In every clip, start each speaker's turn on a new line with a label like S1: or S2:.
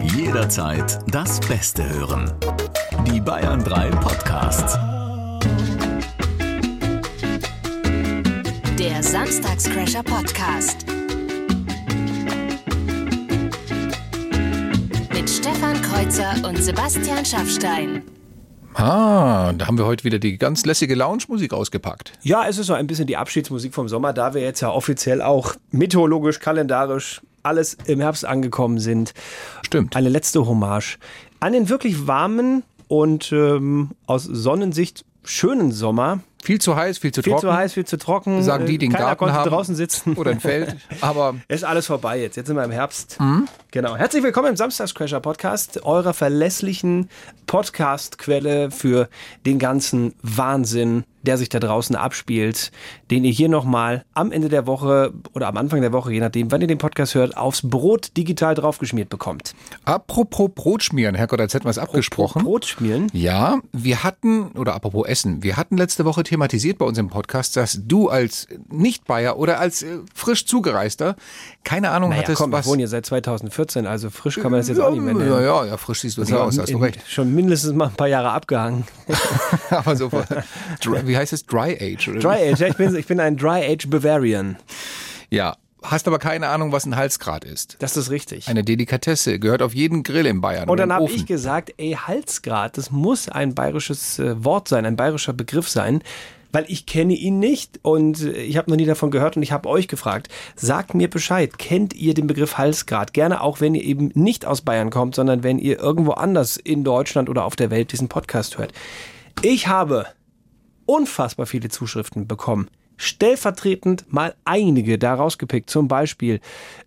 S1: Jederzeit das Beste hören. Die Bayern 3 Podcasts.
S2: Der Samstagscrasher Podcast. Mit Stefan Kreuzer und Sebastian Schaffstein.
S3: Ah, da haben wir heute wieder die ganz lässige Lounge-Musik ausgepackt.
S4: Ja, es ist so ein bisschen die Abschiedsmusik vom Sommer, da wir jetzt ja offiziell auch meteorologisch, kalendarisch alles im Herbst angekommen sind.
S3: Stimmt.
S4: Eine letzte Hommage an den wirklich warmen und ähm, aus Sonnensicht schönen Sommer.
S3: Viel zu heiß, viel zu
S4: Viel
S3: trocken.
S4: zu heiß, viel zu trocken. Äh,
S3: Sagen die, die einen
S4: Keiner
S3: Garten
S4: konnte
S3: haben
S4: draußen sitzen.
S3: Oder ein Feld. Aber
S4: Ist alles vorbei jetzt. Jetzt sind wir im Herbst.
S3: Mhm.
S4: Genau. Herzlich willkommen im Samstagscrasher Podcast, eurer verlässlichen Podcast-Quelle für den ganzen Wahnsinn, der sich da draußen abspielt, den ihr hier nochmal am Ende der Woche oder am Anfang der Woche, je nachdem, wann ihr den Podcast hört, aufs Brot digital draufgeschmiert bekommt.
S3: apropos Brotschmieren, Herrgott, als hätten wir es abgesprochen.
S4: Brot schmieren.
S3: Ja, wir hatten, oder apropos Essen, wir hatten letzte Woche thematisiert bei uns im Podcast, dass du als Nicht-Bayer oder als äh, frisch Zugereister, keine Ahnung,
S4: Naja,
S3: hattest
S4: komm, wir
S3: was.
S4: wohnen hier seit 2014, also frisch kann man das jetzt auch nicht mehr nennen.
S3: ja, ja, ja, frisch siehst du nicht aus, hast du
S4: In-
S3: recht.
S4: Schon mindestens mal ein paar Jahre abgehangen.
S3: Aber so, dry, wie heißt es? Dry Age? Oder?
S4: Dry Age, ja, ich bin, ich bin ein Dry Age Bavarian.
S3: Ja. Hast aber keine Ahnung, was ein Halsgrat ist.
S4: Das ist richtig.
S3: Eine Delikatesse, gehört auf jeden Grill in Bayern.
S4: und dann
S3: habe
S4: habe ich gesagt, ey, Halsgrad, das muss ein bayerisches äh, Wort sein, ein bayerischer Begriff sein, weil ich kenne ihn nicht und äh, ich habe noch nie davon gehört und ich habe euch gefragt, sagt mir Bescheid, kennt ihr den Begriff Halsgrad? Gerne auch, wenn ihr eben nicht aus Bayern kommt, sondern wenn ihr irgendwo anders in Deutschland oder auf der Welt diesen Podcast hört. Ich habe unfassbar viele Zuschriften bekommen. Stellvertretend mal einige da rausgepickt. Zum Beispiel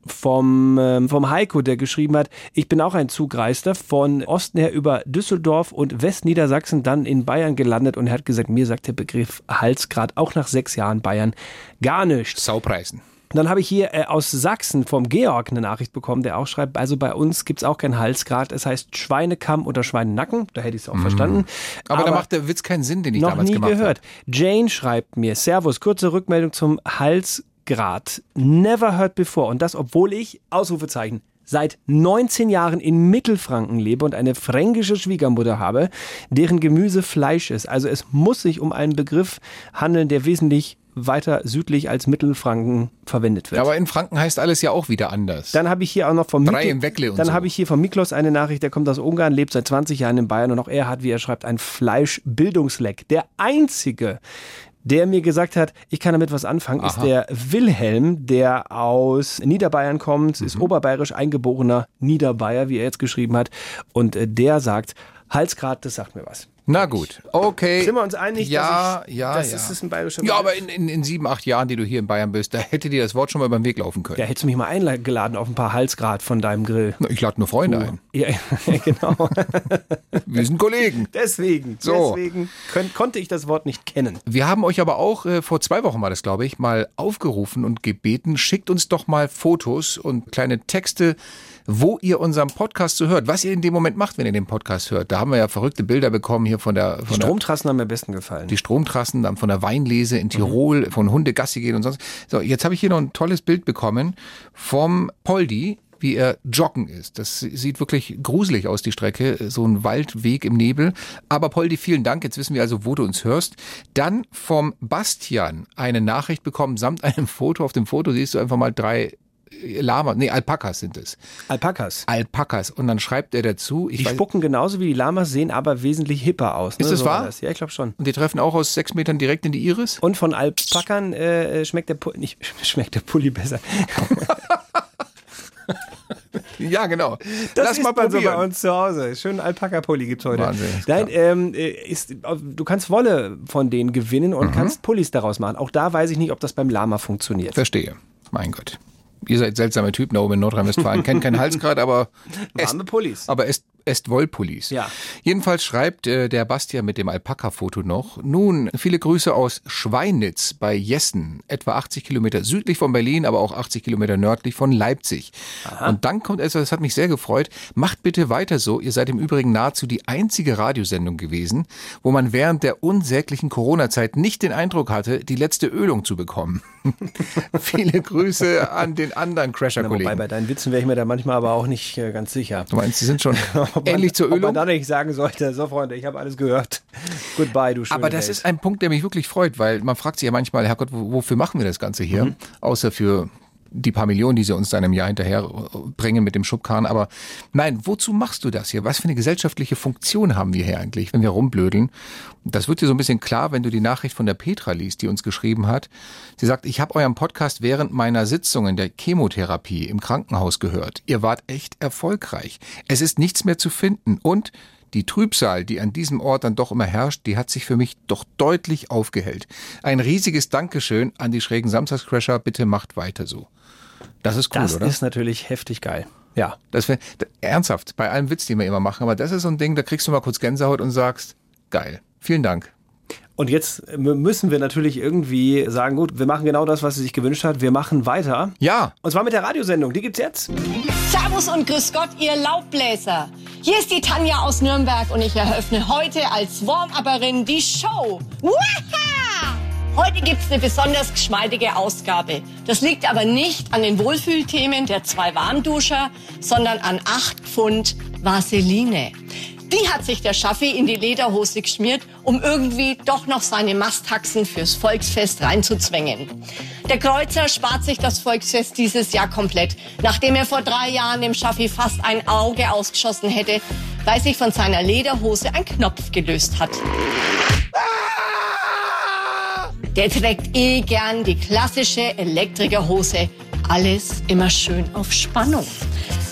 S4: vom, ähm, vom Heiko, der geschrieben hat, ich bin auch ein Zugreister von Osten her über Düsseldorf und Westniedersachsen dann in Bayern gelandet und er hat gesagt, mir sagt der Begriff Halsgrad auch nach sechs Jahren Bayern gar nichts.
S3: Saupreisen.
S4: Und Dann habe ich hier äh, aus Sachsen vom Georg eine Nachricht bekommen, der auch schreibt, also bei uns gibt's auch keinen Halsgrad, es heißt Schweinekamm oder Schweinenacken, da hätte ich es auch verstanden.
S3: Mhm. Aber, da macht der Witz keinen Sinn, den ich
S4: noch
S3: damals
S4: nie
S3: gemacht
S4: gehört. Jane schreibt mir, Servus, kurze Rückmeldung zum Halsgrad. Never heard before. Und das, obwohl ich, Ausrufezeichen, seit 19 Jahren in Mittelfranken lebe und eine fränkische Schwiegermutter habe, deren Gemüse Fleisch ist. Also es muss sich um einen Begriff handeln, der wesentlich weiter südlich als Mittelfranken verwendet wird.
S3: habe. Aber in Franken heißt alles ja auch wieder anders.
S4: Dann habe ich hier auch noch vom
S3: Drei
S4: Mikl-
S3: im Weckle und
S4: Dann
S3: so.
S4: habe ich hier von Miklos eine Nachricht, der kommt aus Ungarn, lebt seit 20 Jahren in Bayern und auch er hat, wie er schreibt, ein Fleischbildungsleck. Der einzige, der mir gesagt hat, ich kann damit was anfangen, ist
S3: Aha.
S4: der Wilhelm, der aus Niederbayern kommt, ist
S3: Mhm.
S4: oberbayerisch eingeborener Niederbayer, wie er jetzt geschrieben hat. Und äh, der sagt, Halsgrad, das sagt mir was.
S3: Na gut, okay.
S4: Sind wir uns einig,
S3: Ja,
S4: dass ich-
S3: ja,
S4: das
S3: ja.
S4: ist- ist ein bayerischer
S3: Ja,
S4: Begriff?
S3: aber in, in, in sieben, acht Jahren, die du hier in Bayern bist, da hätte dir das Wort schon mal beim Weg laufen können.
S4: Da hättest du mich mal eingeladen auf ein paar Halsgrad von deinem Grill.
S3: Na, Ich lade nur Freunde ein.
S4: Ja, genau.
S3: Wir sind Kollegen.
S4: Deswegen,
S3: So.
S4: deswegen könnt, konnte ich das Wort nicht kennen.
S3: Wir haben euch aber auch, äh, vor zwei Wochen war das, glaube ich, mal aufgerufen und gebeten, schickt uns doch mal Fotos und kleine Texte, wo ihr unseren Podcast so hört, was ihr in dem Moment macht, wenn ihr den Podcast hört. Da haben wir ja verrückte Bilder bekommen hier von der, von der
S4: Stromtrassen haben mir am besten gefallen.
S3: die Stromtrassen, dann von der Weinlese in Tirol,
S4: Mhm.
S3: von Hundegassi gehen und sonst. So, jetzt habe ich hier noch ein tolles Bild bekommen vom Poldi, wie er joggen ist. Das sieht wirklich gruselig aus, die Strecke. So ein Waldweg im Nebel. Aber Poldi, vielen Dank. Jetzt wissen wir also, wo du uns hörst. Dann vom Bastian eine Nachricht bekommen, samt einem Foto. Auf dem Foto siehst du einfach mal drei äh, Lamas, nee, Alpakas sind es.
S4: Alpakas.
S3: Alpakas. Und dann schreibt er dazu, ich
S4: Die
S3: weiß,
S4: spucken genauso wie die Lamas, sehen aber wesentlich hipper aus. Ne?
S3: Ist das
S4: war
S3: wahr?
S4: Ja, ich glaube schon.
S3: und die treffen auch aus sechs Metern direkt in die Iris?
S4: Und von Alpakern äh, schmeckt der Pulli, nicht, schmeckt der Pulli besser.
S3: Ja, genau.
S4: Das
S3: mal
S4: isst man so
S3: probieren.
S4: bei uns zu Hause. Schönen Alpaka-Pulli gibt's heute.
S3: Wahnsinn, ist
S4: Nein, ähm, äh, ist, du kannst Wolle von denen gewinnen
S3: Mhm.
S4: und kannst Pullis daraus machen. Auch da weiß ich nicht, ob das beim Lama funktioniert.
S3: Verstehe. Mein Gott. Ihr seid seltsame Typen da oben in Nordrhein-Westfalen. Kennt keinen Halsgrad, aber esst,
S4: Pullis.
S3: aber esst, Westwollpullis.
S4: Ja.
S3: Jedenfalls schreibt äh, der Bastian mit dem Alpaka-Foto noch. Nun, viele Grüße aus Schweinitz bei Jessen, etwa 80 Kilometer südlich von Berlin, aber auch 80 Kilometer nördlich von Leipzig. Und dann kommt etwas, das hat mich sehr gefreut. Macht bitte weiter so. Ihr seid im Übrigen nahezu die einzige Radiosendung gewesen, wo man während der unsäglichen Corona-Zeit nicht den Eindruck hatte, die letzte Ölung zu bekommen. viele Grüße an den anderen
S4: Wobei
S3: Crasher-Kollegen.
S4: bei deinen Witzen wäre ich mir da manchmal aber auch nicht äh, ganz sicher.
S3: Du meinst, die sind schon
S4: Ob man-
S3: ähnlich zur
S4: Ob man
S3: Ölung?
S4: da nicht sagen sollte, so Freunde, ich habe alles gehört. Goodbye, du schöne
S3: Aber das
S4: Welt.
S3: ist ein Punkt, der mich wirklich freut, weil man fragt sich ja manchmal, Herrgott, wo- wofür machen wir das Ganze hier?
S4: Mhm.
S3: Außer für die paar Millionen, die sie uns dann im Jahr hinterherbringen mit dem Schubkarren. Aber nein, wozu machst du das hier? Was für eine gesellschaftliche Funktion haben wir hier eigentlich, wenn wir rumblödeln? Das wird dir so ein bisschen klar, wenn du die Nachricht von der Petra liest, die uns geschrieben hat. Sie sagt, ich habe euren Podcast während meiner Sitzungen der Chemotherapie im Krankenhaus gehört. Ihr wart echt erfolgreich. Es ist nichts mehr zu finden und die Trübsal, die an diesem Ort dann doch immer herrscht, die hat sich für mich doch deutlich aufgehellt. Ein riesiges Dankeschön an die schrägen Samstagscrasher. Bitte macht weiter so. Das ist cool,
S4: das
S3: oder?
S4: ist natürlich heftig geil. Ja.
S3: das wär, d- ernsthaft, bei allem Witz, den wir immer machen, aber das ist so ein Ding, da kriegst du mal kurz Gänsehaut und sagst, geil. Vielen Dank.
S4: Und jetzt äh, müssen wir natürlich irgendwie sagen, gut, wir machen genau das, was sie sich gewünscht hat. Wir machen weiter.
S3: Ja,
S4: Und zwar mit der Radiosendung. Die gibt's jetzt.
S5: Servus und grüß Gott, ihr Laubbläser. Hier ist die Tanja aus Nürnberg und ich eröffne heute als Warm-Upperin die Show. Waha! Heute gibt's eine besonders geschmeidige Ausgabe. Das liegt aber nicht an den Wohlfühlthemen der zwei Warmduscher, sondern an 8 Pfund Vaseline. Die hat sich der Schaffi in die Lederhose geschmiert, um irgendwie doch noch seine Masthaxen fürs Volksfest reinzuzwängen. Der Kreuzer spart sich das Volksfest dieses Jahr komplett. Nachdem er vor drei Jahren dem Schaffi fast ein Auge ausgeschossen hätte, weil sich von seiner Lederhose ein Knopf gelöst hat. Der trägt eh gern die klassische Elektrikerhose. Alles immer schön auf Spannung.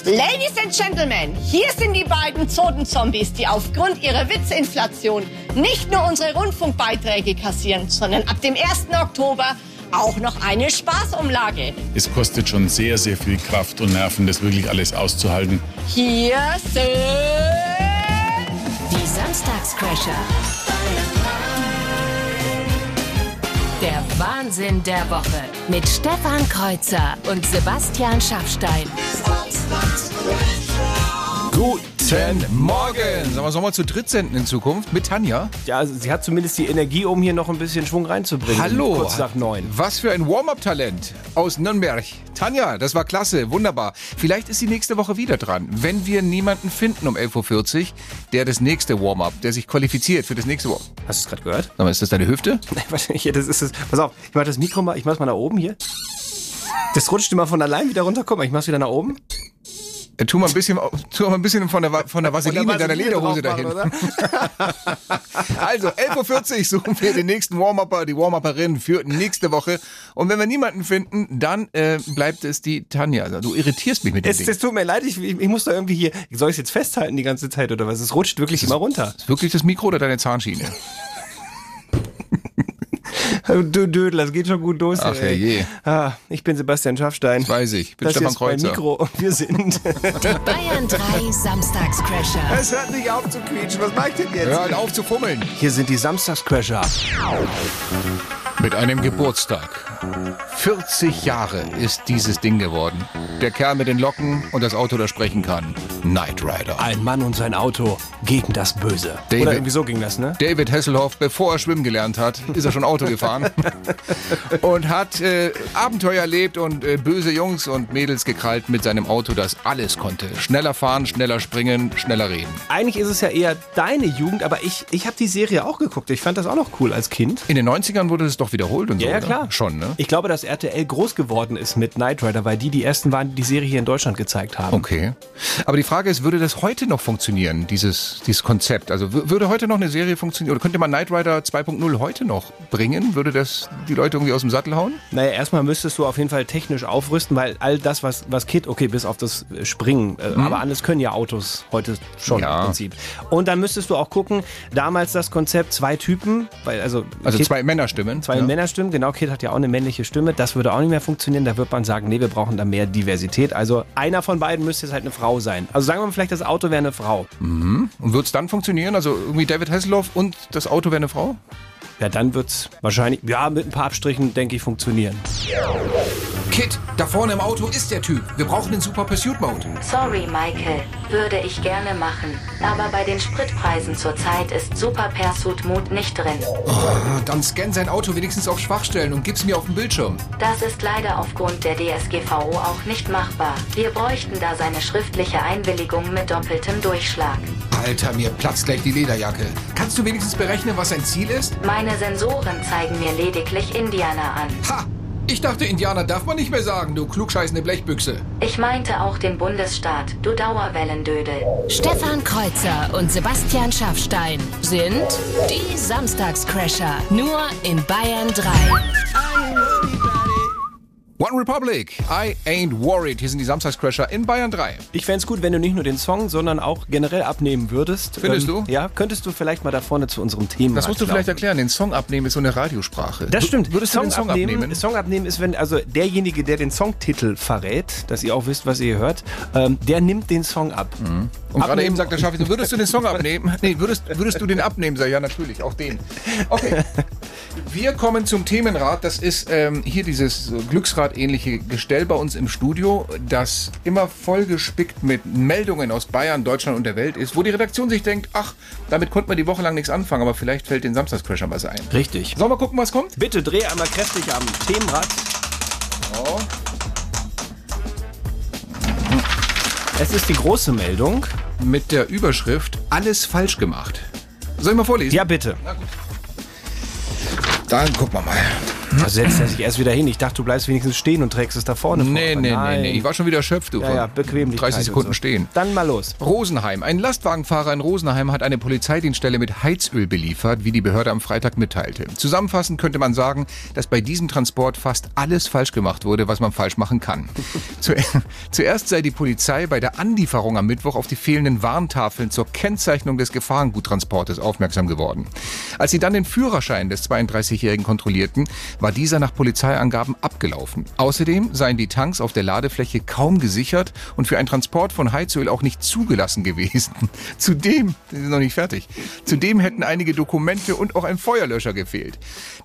S5: Ladies and Gentlemen, hier sind die beiden Zodenzombies, die aufgrund ihrer Witzeinflation nicht nur unsere Rundfunkbeiträge kassieren, sondern ab dem 1. Oktober auch noch eine Spaßumlage.
S6: Es kostet schon sehr, sehr viel Kraft und Nerven, das wirklich alles auszuhalten.
S5: Hier sind...
S2: Die Samstagscrasher. Der Wahnsinn der Woche mit Stefan Kreuzer und Sebastian Schaffstein.
S3: guten Morgen. Sagen wir, sollen wir zu dritt senden in Zukunft mit Tanja?
S4: Ja, also sie hat zumindest die Energie, um hier noch ein bisschen Schwung reinzubringen.
S3: Hallo.
S4: Kurz nach neun.
S3: Was für ein Warm-up-Talent aus Nürnberg. Tanja, das war klasse, wunderbar. Vielleicht ist sie nächste Woche wieder dran, wenn wir niemanden finden um 11.40 Uhr, der das nächste Warm-up, der sich qualifiziert für das nächste Warm-up.
S4: Hast du es gerade gehört?
S3: Sag mal, ist das deine Hüfte?
S4: Hier, das ist es. Pass auf, ich mach das Mikro mal, ich mach's mal nach oben hier. Das rutscht immer von allein wieder runter. Guck mal, ich mach's wieder nach oben.
S3: Äh, Tu mal ein bisschen, tu mal ein bisschen von der, Wa- von der Vaseline in deiner Lederhose dahin. Also, 11.40 Uhr suchen wir den nächsten Warm-Upper, die Warm-Upperin für nächste Woche. Und wenn wir niemanden finden, dann äh, bleibt es die Tanja. Also, Du irritierst mich mit dem
S4: Es,
S3: Ding.
S4: es tut mir leid, ich, ich ich muss da irgendwie hier. Soll ich es jetzt festhalten die ganze Zeit oder was? Es rutscht wirklich immer runter.
S3: Ist wirklich das Mikro oder deine Zahnschiene?
S4: Du Dödel, das geht schon gut los.
S3: Ach,
S4: ey.
S3: herrje.
S4: Ah, ich bin Sebastian Schaffstein.
S3: Weiß ich. Bin
S4: das
S3: Stefan
S4: ist mein
S3: Kreuzer.
S4: Mikro und wir sind.
S2: Bayern 3 Samstagscrasher.
S4: es hört nicht auf zu quietschen. Was mache ich denn jetzt?
S3: Hör halt auf zu fummeln.
S4: Hier sind die Samstagscrasher.
S3: Mit einem Geburtstag. 40 Jahre ist dieses Ding geworden. Der Kerl mit den Locken und das Auto, das sprechen kann. Knight Rider.
S4: Ein Mann und sein Auto gegen das Böse.
S3: David.
S4: Oder irgendwie so ging das, ne?
S3: David Hasselhoff, bevor er schwimmen gelernt hat, ist er schon Auto gefahren und hat äh, Abenteuer erlebt und äh, böse Jungs und Mädels gekrallt mit seinem Auto, das alles konnte. Schneller fahren, schneller springen, schneller reden.
S4: Eigentlich ist es ja eher deine Jugend, aber ich, ich habe die Serie auch geguckt. Ich fand das auch noch cool als Kind.
S3: In den 90ern wurde das doch wiederholt und so.
S4: Ja, ja,
S3: oder?
S4: klar.
S3: Schon, ne?
S4: Ich glaube, dass RTL groß geworden ist mit Knight Rider, weil die die ersten waren, die die Serie hier in Deutschland gezeigt haben.
S3: Okay. Aber die Frage ist, würde das heute noch funktionieren, dieses, dieses Konzept? Also wür- würde heute noch eine Serie funktionieren? Oder könnte man Knight Rider 2.0 heute noch bringen? Würde das die Leute irgendwie aus dem Sattel hauen?
S4: Naja, erstmal müsstest du auf jeden Fall technisch aufrüsten, weil all das, was, was Kid, okay, bis auf das äh, Springen, äh, aber anders können ja Autos heute schon
S3: Mhm. Ja.
S4: im Prinzip. Und dann müsstest du auch gucken, damals das Konzept, zwei Typen, weil also,
S3: Also
S4: Kid-
S3: zwei Männerstimmen.
S4: zwei reine
S3: ne?
S4: Männerstimmen. Genau, Kid hat ja auch eine männliche Stimme. Das würde auch nicht mehr funktionieren. Da wird man sagen, nee, wir brauchen da mehr Diversität. Also einer von beiden müsste jetzt halt eine Frau sein. Also sagen wir mal, vielleicht das Auto wäre eine Frau.
S3: Und wird's dann funktionieren? Also irgendwie David Hasselhoff und das Auto wäre eine Frau?
S4: Ja, dann wird's wahrscheinlich, ja, mit ein paar Abstrichen, denke ich, funktionieren.
S3: Kid, da vorne im Auto ist der Typ. Wir brauchen den Super Pursuit Mode.
S7: Sorry, Michael, würde ich gerne machen. Aber bei den Spritpreisen zurzeit ist Super Pursuit Mode nicht drin.
S3: Dann scan sein Auto wenigstens auf Schwachstellen und gib's mir auf dem Bildschirm.
S7: Das ist leider aufgrund der DSGVO auch nicht machbar. Wir bräuchten da seine schriftliche Einwilligung mit doppeltem Durchschlag.
S3: Alter, mir platzt gleich die Lederjacke. Kannst du wenigstens berechnen, was sein Ziel ist?
S7: Meine Sensoren zeigen mir lediglich Indianer an.
S3: Ha! Ah, Ich dachte, Indianer darf man nicht mehr sagen, du klugscheißende Blechbüchse.
S7: Ich meinte auch den Bundesstaat, du Dauerwellendödel.
S2: Stefan Kreuzer und Sebastian Schaffstein sind die Samstagscrasher. Nur in Bayern 3.
S3: One Republic, I ain't worried. Hier sind die Samstagscrasher in Bayern 3.
S4: Ich fänd's gut, wenn du nicht nur den Song, sondern auch generell abnehmen würdest. Ähm,
S3: Findest du?
S4: Ja, könntest du vielleicht mal da vorne zu unserem Thema.
S3: Das musst du vielleicht erklären. Den Song abnehmen ist so eine Radiosprache.
S4: Das
S3: Du-
S4: stimmt.
S3: Würdest du den Song abnehmen?
S4: Song abnehmen ist, wenn also derjenige, der den Songtitel verrät, dass ihr auch wisst, was ihr hört, ähm, der nimmt den Song ab.
S3: Und gerade
S4: Abnehmen.
S3: eben sagt der Schafi, so, würdest du den Song abnehmen? Nee, würdest, würdest du den abnehmen? Sag ich, ja, natürlich, auch den. Okay. Wir kommen zum Themenrad. Das ist ähm, hier dieses so Glücksrad-ähnliche Gestell bei uns im Studio, das immer vollgespickt mit Meldungen aus Bayern, Deutschland und der Welt ist, wo die Redaktion sich denkt, ach, damit konnte man die Woche lang nichts anfangen, aber vielleicht fällt den Samstagscrashern was ein.
S4: Richtig.
S3: Sollen wir gucken, was kommt?
S4: Bitte dreh einmal kräftig am Themenrad.
S3: Oh.
S4: Es ist die große Meldung.
S3: Mit der Überschrift Alles falsch gemacht. Soll ich mal vorlesen?
S4: Ja, bitte.
S3: Dann gucken wir mal.
S4: Also setzt er sich erst wieder hin. Ich dachte, du bleibst wenigstens stehen und trägst es da vorne vor.
S3: Nee,
S4: Aber
S3: nee, nee,
S4: nein.
S3: nee. Ich war schon wieder erschöpft, du.
S4: ja,
S3: von
S4: ja, bequemlich.
S3: 30 Sekunden stehen.
S4: Dann mal los.
S3: Rosenheim. Ein Lastwagenfahrer in Rosenheim hat eine Polizeidienststelle mit Heizöl beliefert, wie die Behörde am Freitag mitteilte. Zusammenfassend könnte man sagen, dass bei diesem Transport fast alles falsch gemacht wurde, was man falsch machen kann. Zu- Zuerst sei die Polizei bei der Anlieferung am Mittwoch auf die fehlenden Warntafeln zur Kennzeichnung des Gefahrenguttransportes aufmerksam geworden. Als sie dann den Führerschein des 32-Jährigen kontrollierten, war dieser nach Polizeiangaben abgelaufen. Außerdem seien die Tanks auf der Ladefläche kaum gesichert und für einen Transport von Heizöl auch nicht zugelassen gewesen. Zudem, die sind noch nicht fertig, zudem hätten einige Dokumente und auch ein Feuerlöscher gefehlt.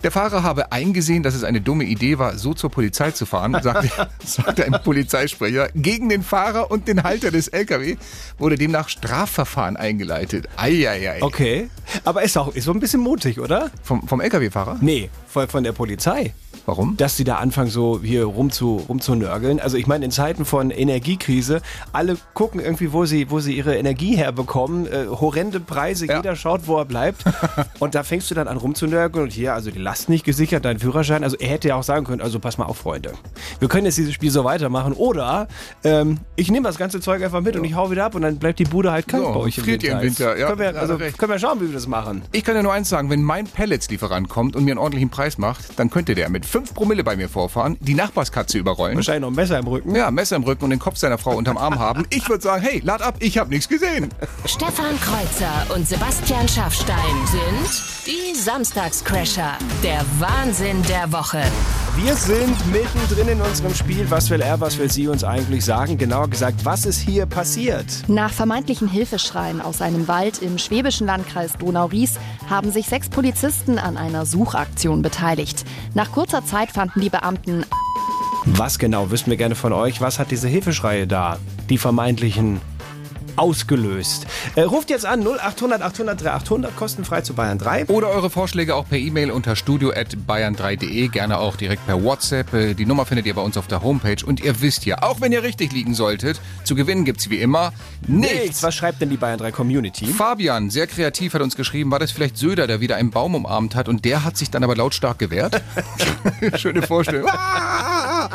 S3: Der Fahrer habe eingesehen, dass es eine dumme Idee war, so zur Polizei zu fahren, sagte, sagte ein Polizeisprecher. Gegen den Fahrer und den Halter des LKW wurde demnach Strafverfahren eingeleitet. Eieiei.
S4: Okay. Aber ist auch ist so ein bisschen mutig, oder?
S3: Vom, vom LKW-Fahrer?
S4: Nee, von, von der Polizei.
S3: Warum?
S4: dass sie da anfangen, so hier rum zu, rum zu nörgeln. Also ich meine, in Zeiten von Energiekrise, alle gucken irgendwie, wo sie, wo sie ihre Energie herbekommen. Äh, horrende Preise,
S3: Ja.
S4: jeder schaut, wo er bleibt. und da fängst du dann an rumzunörgeln und hier, also die Last nicht gesichert, dein Führerschein. Also er hätte ja auch sagen können, also pass mal auf, Freunde. Wir können jetzt dieses Spiel so weitermachen. Oder ähm, ich nehme das ganze Zeug einfach mit und ich hau wieder ab und dann bleibt die Bude halt kalt
S3: So,
S4: bei euch im
S3: friert
S4: Winter.
S3: ihr im Winter, ja.
S4: Können wir,
S3: Ja,
S4: also,
S3: recht.
S4: können wir schauen, wie wir das machen.
S3: Ich kann ja nur eins sagen, wenn mein Pelletslieferant kommt und mir einen ordentlichen Preis macht, dann könnte der mit 5 Promille bei mir vorfahren, die Nachbarskatze überrollen,
S4: Wahrscheinlich noch ein Messer im Rücken.
S3: ja, Messer im Rücken und den Kopf seiner Frau unterm Arm haben. Ich würde sagen, hey, lad ab, ich habe nichts gesehen.
S2: Stefan Kreuzer und Sebastian Schaffstein sind die Samstagscrasher. Der Wahnsinn der Woche.
S4: Wir sind mittendrin in unserem Spiel. Was will er, was will sie uns eigentlich sagen? Genauer gesagt, was ist hier passiert?
S8: Nach vermeintlichen Hilfeschreien aus einem Wald im schwäbischen Landkreis Donau-Ries haben sich sechs Polizisten an einer Suchaktion beteiligt. Nach kurzer Zeit fanden die Beamten
S4: Was genau wissen wir gerne von euch? Was hat diese Hilfeschreie da, die vermeintlichen, ausgelöst? Äh, ruft jetzt an 0800 800 3800, kostenfrei zu Bayern 3.
S3: Oder eure Vorschläge auch per E-Mail unter studio.bayern3.de, gerne auch direkt per WhatsApp. Äh, Die Nummer findet ihr bei uns auf der Homepage. Und ihr wisst ja, auch wenn ihr richtig liegen solltet, zu gewinnen gibt's wie immer nichts.
S4: Was schreibt denn die Bayern 3 Community?
S3: Fabian, sehr kreativ, hat uns geschrieben, war das vielleicht Söder, der wieder einen Baum umarmt hat und der hat sich dann aber lautstark gewehrt? Schöne Vorstellung. Ah!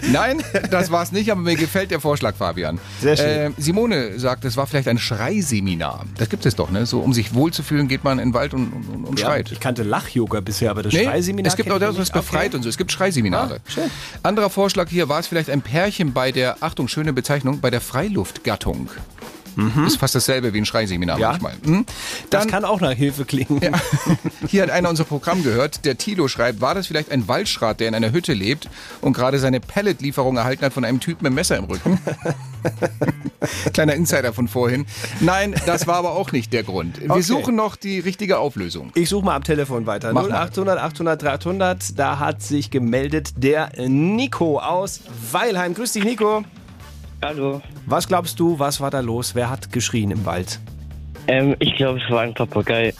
S3: Nein, das war's nicht, aber mir gefällt der Vorschlag, Fabian.
S4: Sehr schön.
S3: Äh, Simone sagt, es war vielleicht ein Schreiseminar. Das gibt es doch, ne? So, um sich wohlzufühlen, geht man in den Wald und, und, und schreit.
S4: Ich kannte Lach-Yoga bisher, aber das
S3: Nee,
S4: Schreiseminar
S3: es gibt
S4: kenn
S3: auch
S4: ich
S3: das,
S4: nicht.
S3: was befreit und so. Es gibt Schreiseminare.
S4: Ah, schön.
S3: Anderer Vorschlag hier, war es vielleicht ein Pärchen bei der, Achtung, schöne Bezeichnung, bei der Freiluftgattung. Ist fast dasselbe wie ein Schreinseminar
S4: Mhm. Ja.
S3: manchmal. Hm?
S4: Das
S3: Dann,
S4: kann auch nach Hilfe klingen.
S3: ja, hier hat einer unser Programm gehört. Der Tilo schreibt, war das vielleicht ein Waldschrat, der in einer Hütte lebt und gerade seine Pallet-Lieferung erhalten hat von einem Typen mit Messer im Rücken? Kleiner Insider von vorhin. Nein, das war aber auch nicht der Grund. Wir
S4: Okay.
S3: suchen noch die richtige Auflösung.
S4: Ich suche mal am Telefon weiter.
S3: Mach mal.
S4: 0800 800 300. Da hat sich gemeldet der Nico aus Weilheim. Grüß dich, Nico.
S9: Hallo.
S4: Was glaubst du, was war da los? Wer hat geschrien im Wald?
S9: Ähm, ich glaube, es war ein Papagei.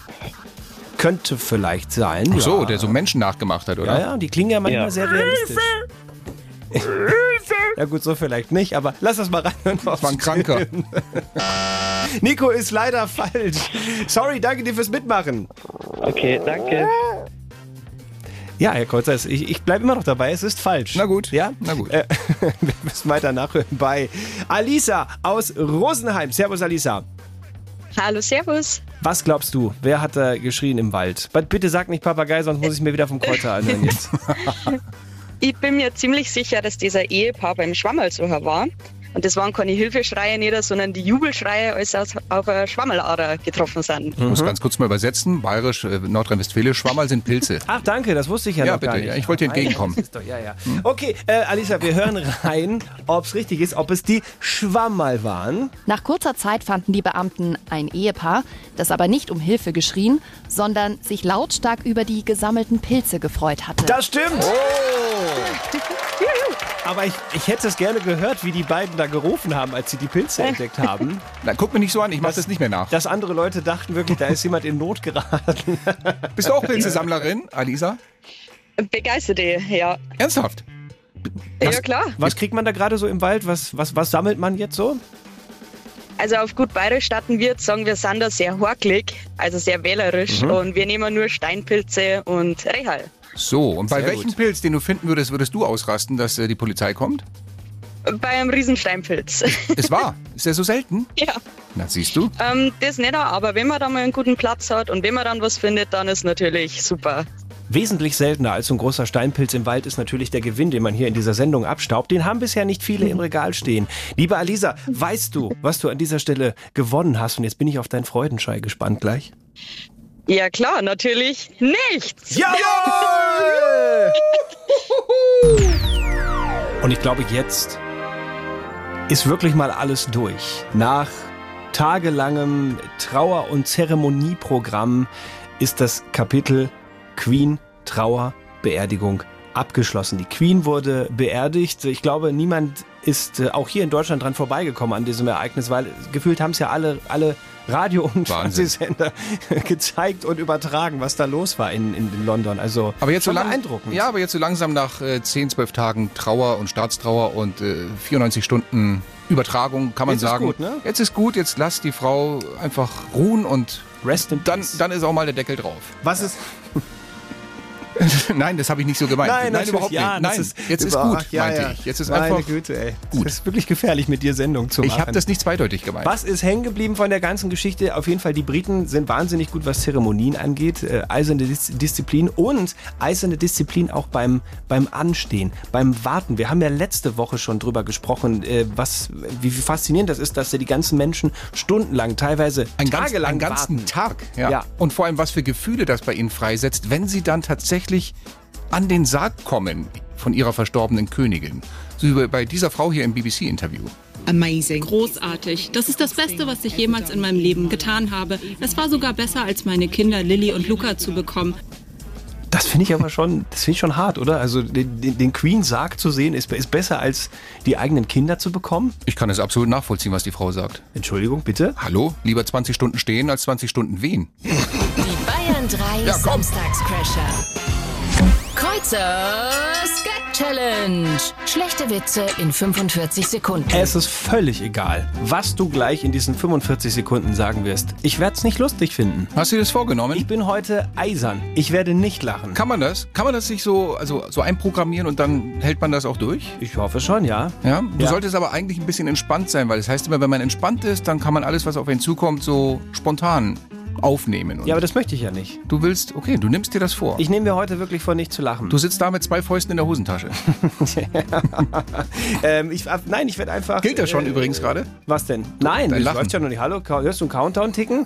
S4: Könnte vielleicht sein.
S3: Ach so,
S4: ja.
S3: der so Menschen nachgemacht hat, oder?
S4: Ja, ja, die klingen ja manchmal
S9: Ja.
S4: sehr realistisch. Ja gut, so vielleicht nicht, aber lass das mal reinhören. Das
S3: War ein Kranker.
S4: Nico ist leider falsch. Sorry, danke dir fürs Mitmachen.
S9: Okay, danke.
S4: Ja, Herr Kreuzer, es- ich, ich bleibe immer noch dabei, es ist falsch.
S3: Na gut.
S4: Ja?
S3: Na gut.
S4: Äh, wir müssen weiter nachhören bei Alisa aus Rosenheim. Servus, Alisa.
S10: Hallo, Servus.
S4: Was glaubst du, wer hat da geschrien im Wald? But bitte sag nicht Papagei, sonst muss ich mir wieder vom Kreuzer anhören jetzt.
S10: Ich bin mir ziemlich sicher, dass dieser Ehepaar beim Schwammelsucher war. Und das waren keine Hilfeschreie nieder, sondern die Jubelschreie, als sie aus- auf eine Schwammelader getroffen sind.
S3: Ich
S4: Mhm.
S3: muss ganz kurz mal übersetzen. Bayerisch, äh, Nordrhein-Westfälisch, Schwammerl sind Pilze.
S4: Ach, danke, das wusste ich ja,
S3: Ja,
S4: noch gar
S3: bitte,
S4: nicht.
S3: ja, ich wollte dir
S4: Ah, ja,
S3: entgegenkommen.
S4: das ist doch, ja, ja. Okay, äh, Alisa, wir hören rein, ob es richtig ist, ob es die Schwammerl waren.
S8: Nach kurzer Zeit fanden die Beamten ein Ehepaar, das aber nicht um Hilfe geschrien, sondern sich lautstark über die gesammelten Pilze gefreut hatte.
S4: Das stimmt!
S3: Oh.
S4: Aber ich, ich hätte es gerne gehört, wie die beiden da gerufen haben, als sie die Pilze entdeckt haben.
S3: Na, guck mir nicht so an, ich mach das, nicht mehr nach.
S4: Dass andere Leute dachten wirklich, da ist jemand in Not geraten.
S3: Bist du auch Pilzesammlerin, Alisa?
S10: Begeisterte, ja.
S3: Ernsthaft?
S10: ja, klar.
S4: Was kriegt man da gerade so im Wald? Was, was, was sammelt man jetzt so?
S10: Also auf gut bayerisch starten wir, sagen wir, sind da sehr horklig, also sehr wählerisch.
S9: Mhm.
S10: Und wir nehmen nur Steinpilze und Rehal.
S3: So, und bei
S4: Sehr
S3: welchem
S4: gut.
S3: Pilz, den du finden würdest, würdest du ausrasten, dass äh, die Polizei kommt?
S10: Bei einem Riesensteinpilz.
S3: Es war. Ist der so selten?
S10: ja.
S3: Na, siehst du.
S4: Äh,
S10: Ähm, das nicht, aber wenn man da mal einen guten Platz hat und wenn man dann was findet, dann ist natürlich super.
S4: Wesentlich seltener als so ein großer Steinpilz im Wald ist natürlich der Gewinn, den man hier in dieser Sendung abstaubt. Den haben bisher nicht viele im Regal stehen. Liebe Alisa, weißt du, was du an dieser Stelle gewonnen hast? Und jetzt bin ich auf deinen Freudenschrei gespannt gleich.
S10: Ja klar, natürlich nichts.
S4: Jawohl! Und ich glaube, jetzt ist wirklich mal alles durch. Nach tagelangem Trauer- und Zeremonieprogramm ist das Kapitel Queen Trauer Beerdigung abgeschlossen. Die Queen wurde beerdigt. Ich glaube, niemand ist äh, auch hier in Deutschland dran vorbeigekommen an diesem Ereignis, weil gefühlt haben es ja alle, alle Radio- und
S3: Wahnsinn.
S4: Fernsehsender gezeigt und übertragen, was da los war in, in London. Also
S3: Aber jetzt so
S4: schon
S3: lang,
S4: beeindruckend.
S3: Ja, aber jetzt so langsam nach äh, 10, 12 Tagen Trauer und Staatstrauer und äh, 94 Stunden Übertragung kann man
S4: Jetzt ist
S3: sagen.
S4: gut, ne?
S3: Jetzt ist gut, jetzt lass die Frau einfach ruhen und
S4: Rest in
S3: dann,
S4: peace.
S3: dann ist auch mal der Deckel drauf.
S4: was ist
S3: Nein, das habe ich nicht so gemeint.
S4: natürlich,
S3: überhaupt nicht.
S4: ja, das
S3: Nein, jetzt ist
S4: überhaupt-
S3: gut,
S4: ja,
S3: meinte
S4: ja.
S3: ich. Jetzt ist
S4: Meine
S3: einfach.
S4: Güte, ey.
S3: gut.
S4: Das ist wirklich gefährlich, mit dir Sendung zu machen.
S3: Ich habe das nicht zweideutig gemeint.
S4: was ist hängen geblieben von der ganzen Geschichte? Auf jeden Fall, die Briten sind wahnsinnig gut, was Zeremonien angeht. Äh, eiserne Dis Disziplin und eiserne Disziplin auch beim, beim Anstehen, beim Warten. Wir haben ja letzte Woche schon drüber gesprochen, äh, was, wie, wie faszinierend das ist, dass ja die ganzen Menschen stundenlang, teilweise
S3: Ein ganz,
S4: tagelang
S3: einen ganzen
S4: warten.
S3: Tag. Ja.
S4: Ja.
S3: Und vor allem, was für Gefühle das bei ihnen freisetzt, wenn sie dann tatsächlich an den Sarg kommen von ihrer verstorbenen Königin. So wie bei dieser Frau hier im BBC-Interview.
S10: Amazing.
S5: Großartig. Das ist das Beste, was ich jemals in meinem Leben getan habe. Es war sogar besser, als meine Kinder Lilly und Luca zu bekommen.
S4: Das finde ich aber schon, das finde ich schon hart, oder? Also den, den, den Queen-Sarg zu sehen, ist, ist besser als die eigenen Kinder zu bekommen.
S3: Ich kann es absolut nachvollziehen, was die Frau sagt.
S4: Entschuldigung, bitte.
S3: Hallo? Lieber 20 Stunden stehen als 20 Stunden wehen.
S2: Die Bayern 3
S3: Ja, komm.
S2: Samstagscrasher. Kreuzer Gag Challenge. Schlechte Witze in 45 Sekunden.
S3: Äh.
S4: Es ist völlig egal, was du gleich in diesen 45 Sekunden sagen wirst. Ich werde es nicht lustig finden.
S3: Hast du dir das vorgenommen?
S4: Ich bin heute eisern. Ich werde nicht lachen.
S3: kann man das? Kann man das sich so, also, so einprogrammieren und dann hält man das auch durch?
S4: Ich hoffe schon, ja.
S3: Ja? Du
S4: Ja.
S3: solltest aber eigentlich ein bisschen entspannt sein, weil das heißt immer, wenn man entspannt ist, dann kann man alles, was auf einen zukommt, so spontan aufnehmen. Und
S4: Ja, aber das möchte ich ja nicht.
S3: du willst, okay, du nimmst dir das vor.
S4: Ich nehme mir heute wirklich vor, nicht zu lachen.
S3: du sitzt da mit zwei Fäusten in der Hosentasche.
S4: ähm, ich, ab- nein, ich werde einfach.
S3: Gilt das schon
S4: äh,
S3: übrigens gerade?
S4: Was denn? Nein,
S3: dein
S4: das
S3: Lachen.
S4: läuft ja noch nicht. Hallo, ka- hörst du einen Countdown ticken?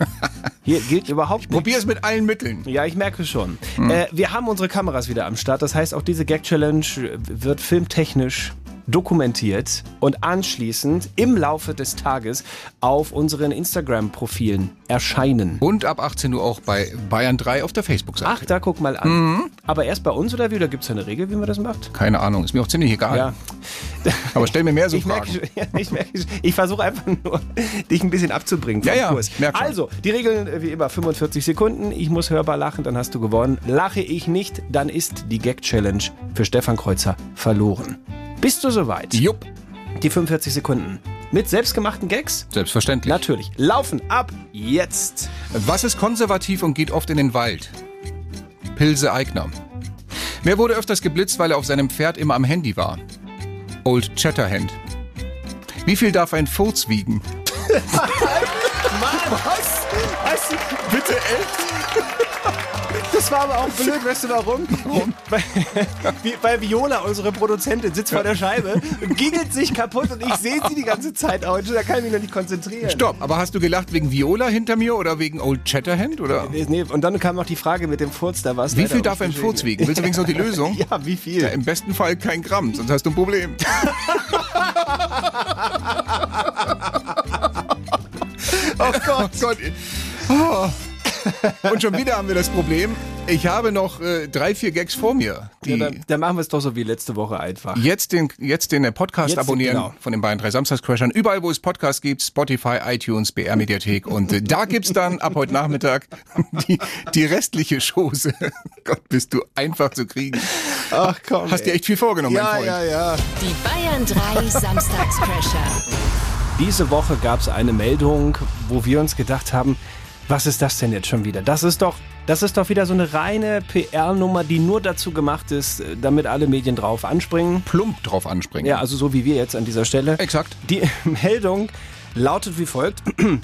S4: Hier gilt überhaupt nicht.
S3: Probier es mit allen Mitteln.
S4: Ja, ich merke schon. Äh, wir haben unsere Kameras wieder am Start. Das heißt, auch diese Gag-Challenge wird filmtechnisch dokumentiert und anschließend im Laufe des Tages auf unseren Instagram-Profilen erscheinen.
S3: Und ab 18 Uhr auch bei Bayern 3 auf der Facebook-Seite.
S4: Ach, da guck mal an. Aber erst bei uns oder wie? Da gibt es eine Regel, wie man das macht?
S3: Keine Ahnung, ist mir auch ziemlich egal.
S4: Ah. Ja.
S3: Aber stell mir mehr so
S4: Ich
S3: Fragen.
S4: merke, schon- ja, ich merke, schon. ich versuche einfach nur, dich ein bisschen abzubringen. vom
S3: Ja, ja,
S4: Kurs.
S3: ich merke schon.
S4: Also, die Regeln äh, wie immer: 45 Sekunden. Ich muss hörbar lachen, dann hast du gewonnen. Lache ich nicht, dann ist die Gag-Challenge für Stefan Kreuzer verloren. Bist du soweit?
S3: Jupp,
S4: Die 45 Sekunden. Mit selbstgemachten Gags?
S3: selbstverständlich.
S4: Natürlich. Laufen ab jetzt.
S3: Was ist konservativ und geht oft in den Wald? Pilse Eigner. Wer wurde öfters geblitzt, weil er auf seinem Pferd immer am Handy war? Old Chatterhand. Wie viel darf ein Furz wiegen?
S4: Was? Was? Bitte, echt? Das war aber auch blöd, weißt du warum? warum? Weil, wie- weil Viola, unsere Produzentin, sitzt vor der Scheibe und giggelt sich kaputt und ich sehe sie die ganze Zeit auch. Da kann ich mich noch nicht konzentrieren.
S3: Stopp, aber hast du gelacht wegen Viola hinter mir oder wegen Old Chatterhand? Oder?
S4: Nee, und dann kam noch die Frage mit dem Furz, da war es
S3: Wie
S4: leider
S3: viel darf ein
S4: ungeschrieben.
S3: Furz wiegen? Willst du wenigstens noch die Lösung?
S4: Ja, wie viel?
S3: Ja, Im besten Fall kein Gramm, sonst hast du ein Problem.
S4: Oh Gott.
S3: Oh Gott. Oh. Und schon wieder haben wir das Problem. Ich habe noch äh, drei, vier Gags vor mir. Die
S4: Ja, dann, dann machen wir es doch so wie letzte Woche einfach.
S3: Jetzt den, jetzt den äh, Podcast
S4: Jetzt,
S3: abonnieren
S4: genau.
S3: von den beiden drei Samstagscrashern. Überall, wo es Podcasts gibt, Spotify, iTunes, BR Mediathek. Und äh, da gibt's dann ab heute Nachmittag die, die restliche Chose. Gott, bist du einfach zu kriegen.
S4: Ach komm.
S3: Hast dir echt viel vorgenommen, mein
S4: Oh, ja,
S3: Freund.
S4: ja, ja.
S2: Die Bayern 3 Samstagscrasher.
S4: Diese Woche gab es eine Meldung, wo wir uns gedacht haben, was ist das denn jetzt schon wieder? Das ist doch, das ist doch wieder so eine reine PR-Nummer, die nur dazu gemacht ist, äh, damit alle Medien drauf anspringen.
S3: Plump drauf anspringen.
S4: Ja, also so wie wir jetzt an dieser Stelle.
S3: Exakt.
S4: Die Meldung lautet wie folgt.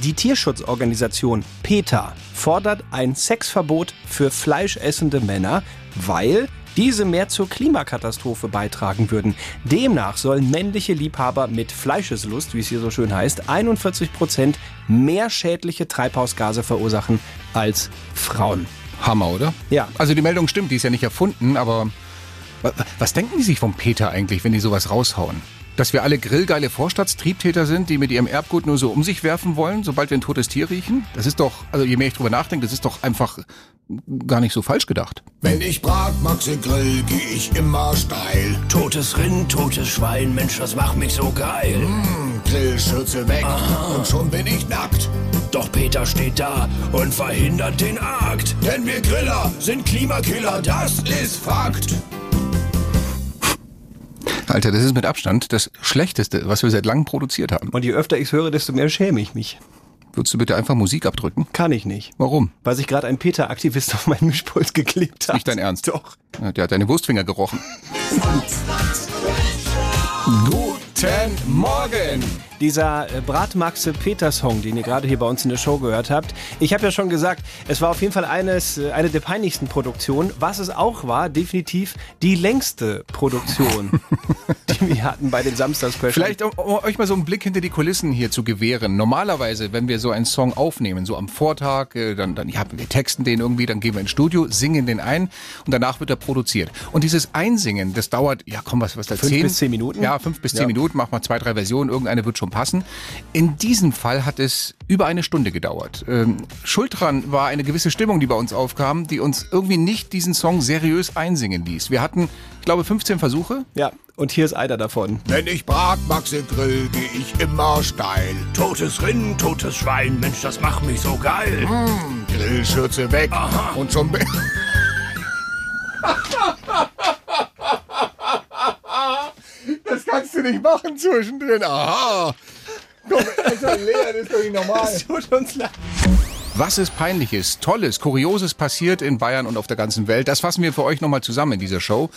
S4: Die Tierschutzorganisation PETA fordert ein Sexverbot für fleischessende Männer, weil diese mehr zur Klimakatastrophe beitragen würden. Demnach sollen männliche Liebhaber mit Fleischeslust, wie es hier so schön heißt, 41 Prozent mehr schädliche Treibhausgase verursachen als Frauen.
S3: Hammer, oder?
S4: Ja.
S3: Also die Meldung stimmt, die ist ja nicht erfunden, aber wa- was denken die sich vom Peter eigentlich, wenn die sowas raushauen? Dass wir alle grillgeile Vorstadtstriebtäter sind, die mit ihrem Erbgut nur so um sich werfen wollen, sobald wir ein totes Tier riechen? Das ist doch, also je mehr ich drüber nachdenke, das ist doch einfach gar nicht so falsch gedacht.
S11: Wenn ich Bratmaxe grill, geh ich immer steil.
S12: Totes Rind, totes Schwein, Mensch, das macht mich so geil.
S11: Grillschürze weg und schon bin ich nackt.
S12: Doch Peter steht da und verhindert den Akt.
S11: Denn wir Griller sind Klimakiller, das ist Fakt.
S3: Alter, das ist mit Abstand das Schlechteste, was wir seit langem produziert haben.
S4: Und je öfter ich es höre, desto mehr schäme ich mich.
S3: Würdest du bitte einfach Musik abdrücken?
S4: Kann ich nicht.
S3: Warum?
S4: Weil sich gerade ein PETA-Aktivist auf meinen Mischpult geklebt hat.
S3: Nicht dein Ernst?
S4: Doch.
S3: Ja, Der hat deine Wurstfinger gerochen. Guten Morgen!
S4: Dieser äh, Bratmaxe Peter-Song, den ihr gerade hier bei uns in der Show gehört habt. Ich habe ja schon gesagt, es war auf jeden Fall eines, äh, eine der peinlichsten Produktionen. Was es auch war, definitiv die längste Produktion, die wir hatten bei den Samstagsquellen.
S3: Vielleicht, um, um euch mal so einen Blick hinter die Kulissen hier zu gewähren. Normalerweise, wenn wir so einen Song aufnehmen, so am Vortag, äh, dann, dann ja, wir texten den irgendwie, dann gehen wir ins Studio, singen den ein und danach wird er produziert. Und dieses Einsingen, das dauert, ja komm, was, was da,
S4: Fünf bis zehn Minuten?
S3: Ja, fünf bis zehn
S4: Ja.
S3: Minuten, mach mal zwei, drei Versionen, irgendeine wird schon passen. In diesem Fall hat es über eine Stunde gedauert. Ähm, Schuld dran war eine gewisse Stimmung, die bei uns aufkam, die uns irgendwie nicht diesen Song seriös einsingen ließ. Wir hatten, ich glaube, 15 Versuche.
S4: Ja, und hier ist einer davon.
S11: Wenn ich Bratmaxe grill, geh ich immer steil.
S12: Totes Rind, totes Schwein, Mensch, das macht mich so geil.
S11: Grillschürze weg und schon bin
S3: Das kannst du nicht machen also, zwischendrin. Aha. Komm, Alter, Lea, das ist doch nicht normal.
S4: Tut uns leid.
S3: Was ist peinliches, tolles, kurioses passiert in Bayern und auf der ganzen Welt? Das fassen wir für euch nochmal zusammen in dieser Show.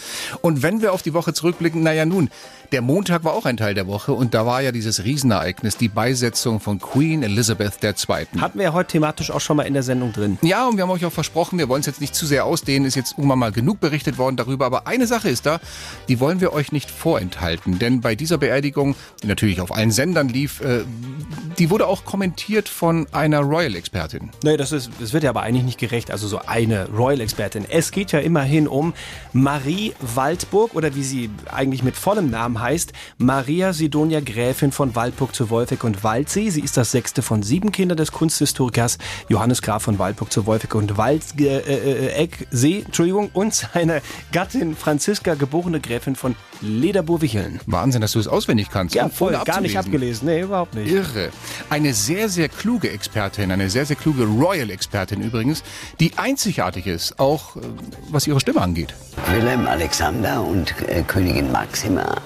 S3: Und wenn wir auf die Woche zurückblicken, naja nun, der Montag war auch ein Teil der Woche und da war ja dieses Riesenereignis, die Beisetzung von Queen Elizabeth II.
S4: Hatten wir ja heute thematisch auch schon mal in der Sendung drin.
S3: Ja, und wir haben euch auch versprochen, wir wollen es jetzt nicht zu sehr ausdehnen, ist jetzt irgendwann mal genug berichtet worden darüber, aber eine Sache ist da, die wollen wir euch nicht vorenthalten, denn bei dieser Beerdigung, die natürlich auf allen Sendern lief, äh, die wurde auch kommentiert von einer Royal-Expertin.
S4: Nee, das, ist, das wird ja aber eigentlich nicht gerecht, also so eine Royal-Expertin. Es geht ja immerhin um Marie Waldburg oder wie sie eigentlich mit vollem Namen heißt, Maria Sidonia Gräfin von Waldburg zu Wolfegg und Waldsee. Sie ist das sechste von sieben Kindern des Kunsthistorikers Johannes Graf von Waldburg zu Wolfegg und Waldsee, äh, äh, See, Entschuldigung, und seiner Gattin Franziska, geborene Gräfin von Lederburg-Wicheln.
S3: Wahnsinn, dass du es auswendig kannst. um
S4: Ja,
S3: ohne
S4: voll, gar
S3: abzulesen.
S4: nicht abgelesen. Nee, überhaupt nicht.
S3: Irre. Eine sehr, sehr kluge Expertin, eine sehr, sehr kluge Royal-Expertin übrigens, die einzigartig ist, auch äh, was ihre Stimme angeht.
S13: Wilhelm Alexander und äh, Königin Maxima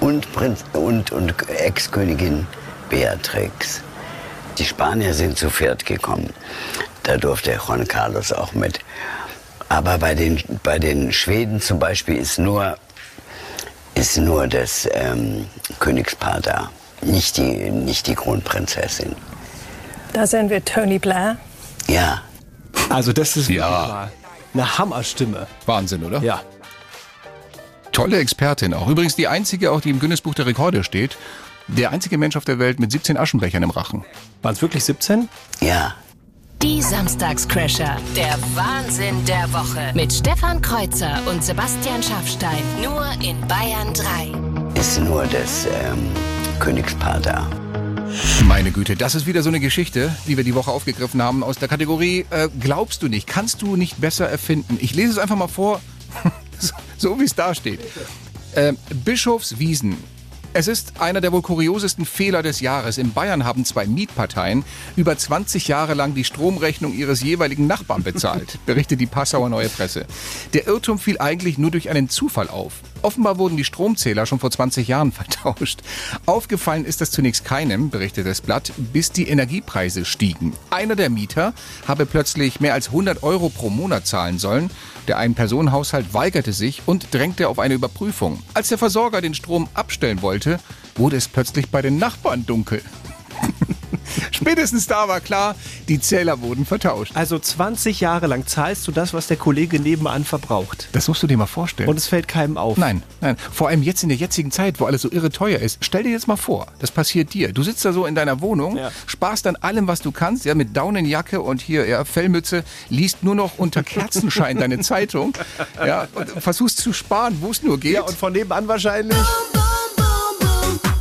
S13: und, Prinz, und, und Ex-Königin Beatrix. Die Spanier sind zu Pferd gekommen. Da durfte Juan Carlos auch mit. Aber bei den, bei den Schweden zum Beispiel ist nur, ist nur das ähm, Königspaar da, nicht die, nicht die Kronprinzessin.
S14: Da sehen wir Tony Blair.
S13: Ja.
S4: Also das ist ja. eine Hammerstimme.
S3: Wahnsinn, oder?
S4: Ja.
S3: Tolle Expertin auch. Übrigens die einzige, auch die im Guinness Buch der Rekorde steht. Der einzige Mensch auf der Welt mit 17 Aschenbechern im Rachen.
S4: Waren es wirklich 17?
S13: Ja.
S2: Die Samstagscrasher. Der Wahnsinn der Woche. Mit Stefan Kreuzer und Sebastian Schaffstein. Nur in Bayern 3.
S13: Ist nur das ähm, Königspaar da.
S3: Meine Güte, das ist wieder so eine Geschichte, die wir die Woche aufgegriffen haben aus der Kategorie äh, Glaubst du nicht, kannst du nicht besser erfinden. Ich lese es einfach mal vor, so, so wie es da steht. Ähm, Bischofswiesen. Es ist einer der wohl kuriosesten Fehler des Jahres. In Bayern haben zwei Mietparteien über 20 Jahre lang die Stromrechnung ihres jeweiligen Nachbarn bezahlt, berichtet die Passauer Neue Presse. Der Irrtum fiel eigentlich nur durch einen Zufall auf. Offenbar wurden die Stromzähler schon vor 20 Jahren vertauscht. Aufgefallen ist das zunächst keinem, berichtet das Blatt, bis die Energiepreise stiegen. Einer der Mieter habe plötzlich mehr als 100 Euro pro Monat zahlen sollen. Der Ein-Personen-Haushalt weigerte sich und drängte auf eine Überprüfung. Als der Versorger den Strom abstellen wollte, wurde es plötzlich bei den Nachbarn dunkel. Spätestens da war klar, die Zähler wurden vertauscht.
S4: Also 20 Jahre lang zahlst du das, was der Kollege nebenan verbraucht.
S3: Das musst du dir mal vorstellen.
S4: Und es fällt keinem auf.
S3: Nein, nein. Vor allem jetzt in der jetzigen Zeit, wo alles so irre teuer ist. Stell dir jetzt mal vor, das passiert dir. Du sitzt da so in deiner Wohnung, sparst an allem, was du kannst, ja, mit Daunenjacke und hier, ja, Fellmütze, liest nur noch unter Kerzenschein deine Zeitung, ja, und versuchst zu sparen, wo es nur geht. Ja, und
S4: von nebenan wahrscheinlich.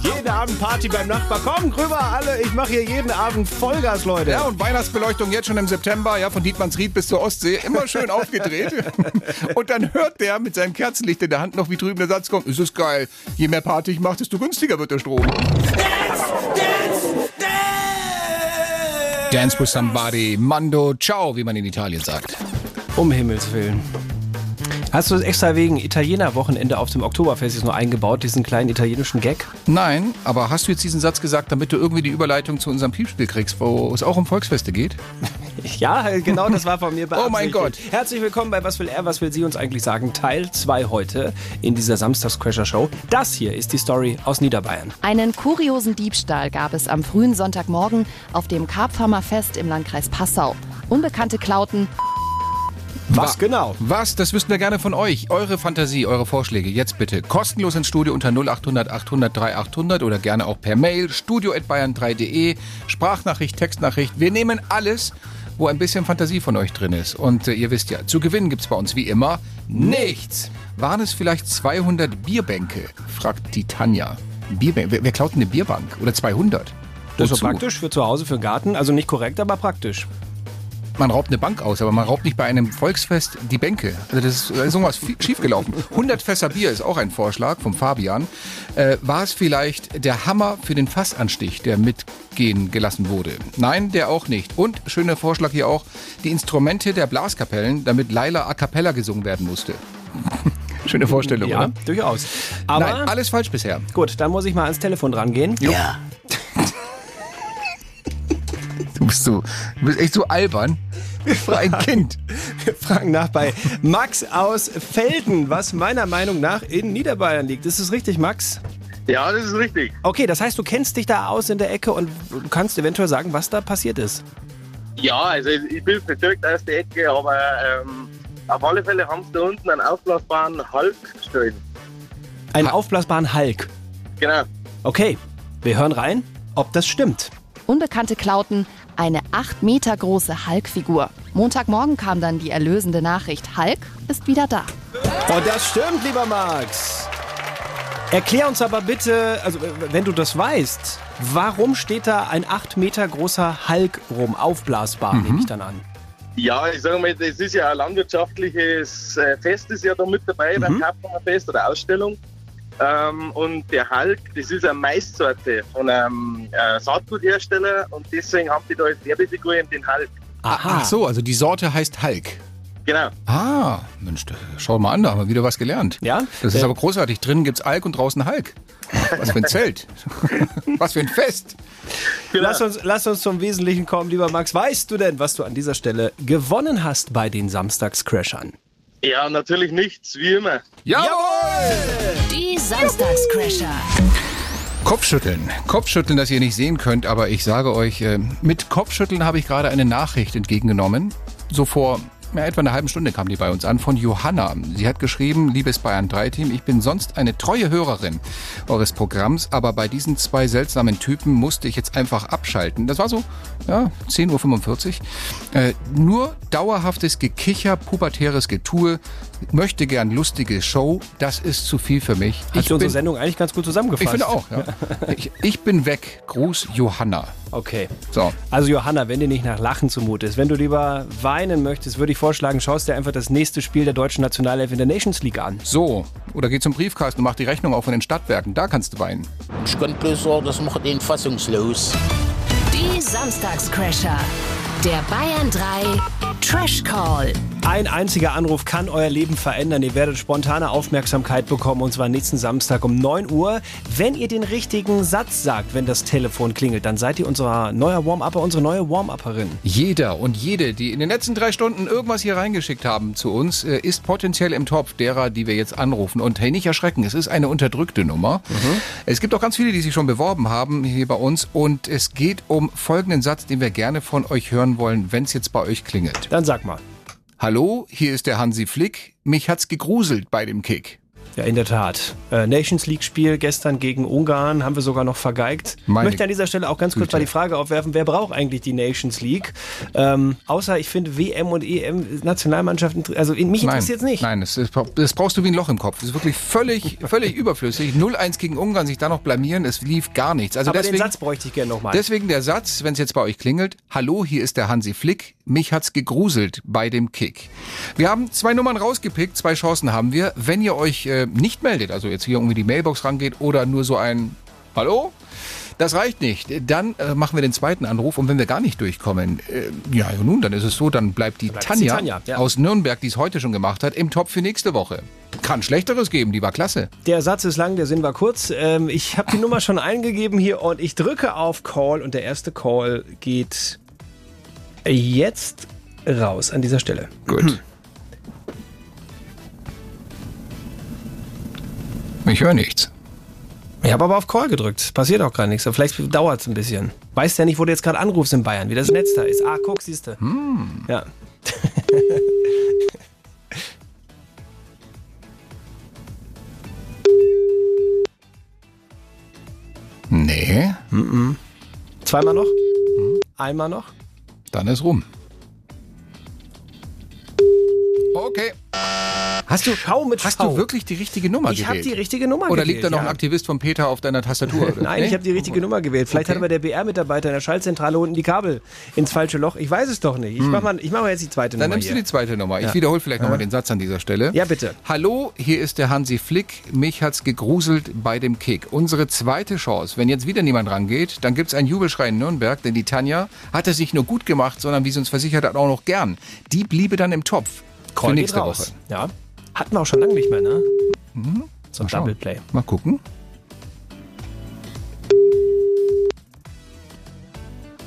S4: Jeden Abend Party beim Nachbar. Komm rüber, alle. Ich mache hier jeden Abend Vollgas, Leute.
S3: Ja, und Weihnachtsbeleuchtung jetzt schon im September, ja, von Dietmannsried bis zur Ostsee, immer schön aufgedreht. und dann hört der mit seinem Kerzenlicht in der Hand noch, wie drüben der Satz kommt, es ist geil, je mehr Party ich mache, desto günstiger wird der Strom. Dance with somebody, Mando, ciao, wie man in Italien sagt.
S4: Um Himmels Willen. Hast du das extra wegen Italiener-Wochenende auf dem Oktoberfest jetzt noch eingebaut, diesen kleinen italienischen Gag?
S3: Nein, aber hast du jetzt diesen Satz gesagt, damit du irgendwie die Überleitung zu unserem Piepspiel kriegst, wo es auch um Volksfeste geht?
S4: Ja, genau das war von mir
S3: Oh mein
S4: beabsichtigt.
S3: Gott.
S4: Herzlich willkommen bei Was will er, was will sie uns eigentlich sagen? Teil 2 heute in dieser Samstagscrasher-Show. Das hier ist die Story aus Niederbayern.
S8: Einen kuriosen Diebstahl gab es am frühen Sonntagmorgen auf dem Karpfhammer Fest im Landkreis Passau. Unbekannte klauten
S4: Was genau?
S3: Was? Das wüssten wir gerne von euch. Eure Fantasie, eure Vorschläge, jetzt bitte. Kostenlos ins Studio unter 0800 800 3800 oder gerne auch per Mail studio.bayern3.de. Sprachnachricht, Textnachricht. Wir nehmen alles, wo ein bisschen Fantasie von euch drin ist. Und äh, ihr wisst ja, zu gewinnen gibt's bei uns wie immer nichts. Waren es vielleicht 200 Bierbänke? fragt die Tanja. Bierbänke? Wer, wer klaut denn eine Bierbank? Oder 200?
S4: Das ist
S3: Wozu?
S4: doch praktisch für zu Hause, für den Garten. Also nicht korrekt, aber praktisch.
S3: Man raubt eine Bank aus, aber man raubt nicht bei einem Volksfest die Bänke. Also das ist, da ist irgendwas fi- schiefgelaufen. 100 Fässer Bier ist auch ein Vorschlag vom Fabian. Äh, war es vielleicht der Hammer für den Fassanstich, der mitgehen gelassen wurde? Nein, der auch nicht. Und schöner Vorschlag hier auch, die Instrumente der Blaskapellen, damit Laila a cappella gesungen werden musste. Schöne Vorstellung,
S4: ja,
S3: oder?
S4: durchaus. Aber
S3: Nein, alles falsch bisher.
S4: Gut, dann muss ich mal ans Telefon rangehen.
S13: Ja.
S3: Du bist so, du bist echt so albern.
S4: Wir fragen, ein Kind. Wir fragen nach bei Max aus Felden, was meiner Meinung nach in Niederbayern liegt. Ist es richtig, Max?
S15: Ja, das ist richtig.
S4: Okay, das heißt, du kennst dich da aus in der Ecke und kannst eventuell sagen, was da passiert ist.
S15: Ja, also ich bin jetzt nicht direkt aus der Ecke, aber ähm, auf alle Fälle haben sie da unten einen aufblasbaren Hulk gestellt.
S4: Einen aufblasbaren Hulk.
S15: Genau.
S4: Okay, wir hören rein, ob das stimmt.
S8: Unbekannte klauten eine 8 Meter große Hulk-Figur. Montagmorgen kam dann die erlösende Nachricht, Hulk ist wieder da.
S4: Und das stimmt, lieber Max. Erklär uns aber bitte, also wenn du das weißt, warum steht da ein 8 Meter großer Hulk rum, aufblasbar, nehme ich dann an.
S15: Ja, ich sage mal, das ist ja ein landwirtschaftliches äh, Fest, ist ja da mit dabei, mhm. beim Kapernfest oder Ausstellung. Ähm, und der Hulk, das ist eine Maissorte von einem äh, Saatguthersteller und deswegen haben die da als Werbefigur eben den Hulk.
S4: Ah.
S3: Aha. Ach so, also die Sorte heißt Hulk.
S15: Genau.
S3: Ah, Mensch, schau mal an, da haben wir wieder was gelernt.
S4: Ja?
S3: Das ist aber großartig. Drinnen gibt's Alk und draußen Hulk. Was für ein Zelt. was für ein Fest.
S4: Genau. Lass, uns, lass uns zum Wesentlichen kommen, lieber Max. Weißt du denn, was du an dieser Stelle gewonnen hast bei den Samstagscrashern?
S15: Ja, natürlich nichts, wie immer.
S3: Jawohl!
S2: Die Samstagscrasher.
S3: Kopfschütteln. Kopfschütteln, das ihr nicht sehen könnt, aber ich sage euch, äh, mit Kopfschütteln habe ich gerade eine Nachricht entgegengenommen. So vor ja, etwa einer halben Stunde kam die bei uns an von Johanna. Sie hat geschrieben, liebes Bayern 3 Team, ich bin sonst eine treue Hörerin eures Programms, aber bei diesen zwei seltsamen Typen musste ich jetzt einfach abschalten. Das war so, ja, 10.45 Uhr. Äh, nur dauerhaftes Gekicher, pubertäres Getue, möchte gern lustige Show, das ist zu viel für mich.
S4: Hat ich unsere Sendung eigentlich ganz gut zusammengefasst.
S3: Ich finde auch, ja. ich, ich bin weg. Gruß Johanna.
S4: Okay.
S3: So.
S4: Also Johanna, wenn dir nicht nach Lachen zumute ist, wenn du lieber weinen möchtest, würde ich vorschlagen, schaust dir einfach das nächste Spiel der deutschen Nationalelf in der Nations League an.
S3: So. Oder geh zum Briefkasten und mach die Rechnung auch von den Stadtwerken. Da kannst du weinen.
S16: Ich kann bloß sagen, das macht ihn fassungslos.
S2: Die Samstagscrasher. Der Bayern 3 Trash Call.
S4: Ein einziger Anruf kann euer Leben verändern. Ihr werdet spontane Aufmerksamkeit bekommen und zwar nächsten Samstag um 9 Uhr. Wenn ihr den richtigen Satz sagt, wenn das Telefon klingelt, dann seid ihr unser neuer Warm-Upper, unsere neue Warm-Upperin.
S3: Jeder und jede, die in den letzten drei Stunden irgendwas hier reingeschickt haben zu uns, äh, ist potenziell im Topf derer, die wir jetzt anrufen. Und hey, nicht erschrecken, es ist eine unterdrückte Nummer. Mhm. Es gibt auch ganz viele, die sich schon beworben haben hier bei uns. Und es geht um folgenden Satz, den wir gerne von euch hören wollen, wenn es jetzt bei euch klingelt.
S4: Dann sag mal.
S3: Hallo, hier ist der Hansi Flick. Mich hat's gegruselt bei dem Kick.
S4: Ja, in der Tat. Äh, Nations League-Spiel gestern gegen Ungarn haben wir sogar noch vergeigt.
S3: Meine
S4: ich möchte an dieser Stelle auch ganz kurz
S3: Güte.
S4: mal die Frage aufwerfen, wer braucht eigentlich die Nations League? Ähm, außer ich finde WM und EM Nationalmannschaften, also in, mich
S3: Nein,
S4: interessiert es nicht.
S3: nein, das, ist, das brauchst du wie ein Loch im Kopf. Das ist wirklich völlig, völlig überflüssig. 0-1 gegen Ungarn, sich da noch blamieren, es lief gar nichts. Also
S4: Aber
S3: deswegen,
S4: den Satz bräuchte ich gerne nochmal.
S3: deswegen der Satz, wenn es jetzt bei euch klingelt, hallo, hier ist der Hansi Flick. Mich hat's gegruselt bei dem Kick. Wir haben zwei Nummern rausgepickt, zwei Chancen haben wir. Wenn ihr euch äh, nicht meldet, also jetzt hier irgendwie die Mailbox rangeht oder nur so ein Hallo? Das reicht nicht. Dann äh, machen wir den zweiten Anruf und wenn wir gar nicht durchkommen, äh, ja nun, dann ist es so, dann bleibt die
S4: Bleibt's die
S3: Tanja,
S4: Tanja, ja.
S3: aus Nürnberg, die es heute schon gemacht hat, im Topf für nächste Woche. Kann Schlechteres geben, die war klasse.
S4: Der Satz ist lang, der Sinn war kurz. Ähm, ich habe die Nummer schon eingegeben hier und ich drücke auf Call und der erste Call geht jetzt raus an dieser Stelle.
S3: Gut. Ich höre nichts.
S4: Ich habe aber auf Call gedrückt. Passiert auch gar nichts. Aber Vielleicht dauert es ein bisschen. Weißt ja nicht, wo du jetzt gerade anrufst in Bayern, wie das Netz da ist. Ah, guck, siehst du.
S3: Hm.
S4: Ja.
S3: Nee,
S4: Zweimal noch?
S3: Hm.
S4: Einmal noch?
S3: dann ist rum. Okay. Hast du,
S4: Schau mit
S3: hast
S4: Schau.
S3: du wirklich die richtige Nummer
S4: Ich habe
S3: gewählt?
S4: die richtige Nummer
S3: Oder liegt
S4: gewählt.
S3: da noch
S4: ja.
S3: ein Aktivist von Peter auf deiner Tastatur? Oder?
S4: Nein, ich habe die richtige Nummer gewählt. Vielleicht
S3: Oh Okay.
S4: hat aber der BR-Mitarbeiter in der Schaltzentrale unten die Kabel ins falsche Loch. Ich weiß es doch nicht. Ich mache mal, ich mach mal jetzt die zweite
S3: Hm. Dann
S4: Nummer.
S3: nimmst du
S4: hier.
S3: die zweite Nummer. Ich
S4: Ja.
S3: wiederhole vielleicht nochmal
S4: Ja.
S3: den Satz an dieser Stelle.
S4: Ja, bitte.
S3: Hallo, hier ist der Hansi Flick. Mich hat's gegruselt bei dem Kick. Unsere zweite Chance. Wenn jetzt wieder niemand rangeht, dann gibt's einen Jubelschrei in Nürnberg, denn die Tanja hat es nicht nur gut gemacht, sondern wie sie uns versichert hat, auch noch gern. Die bliebe dann im Topf.
S4: Call
S3: für
S4: geht
S3: nächste
S4: raus.
S3: Woche.
S4: Ja. Hatten wir auch schon lange nicht mehr, ne? So ein
S3: schauen.
S4: Double Play.
S3: Mal gucken.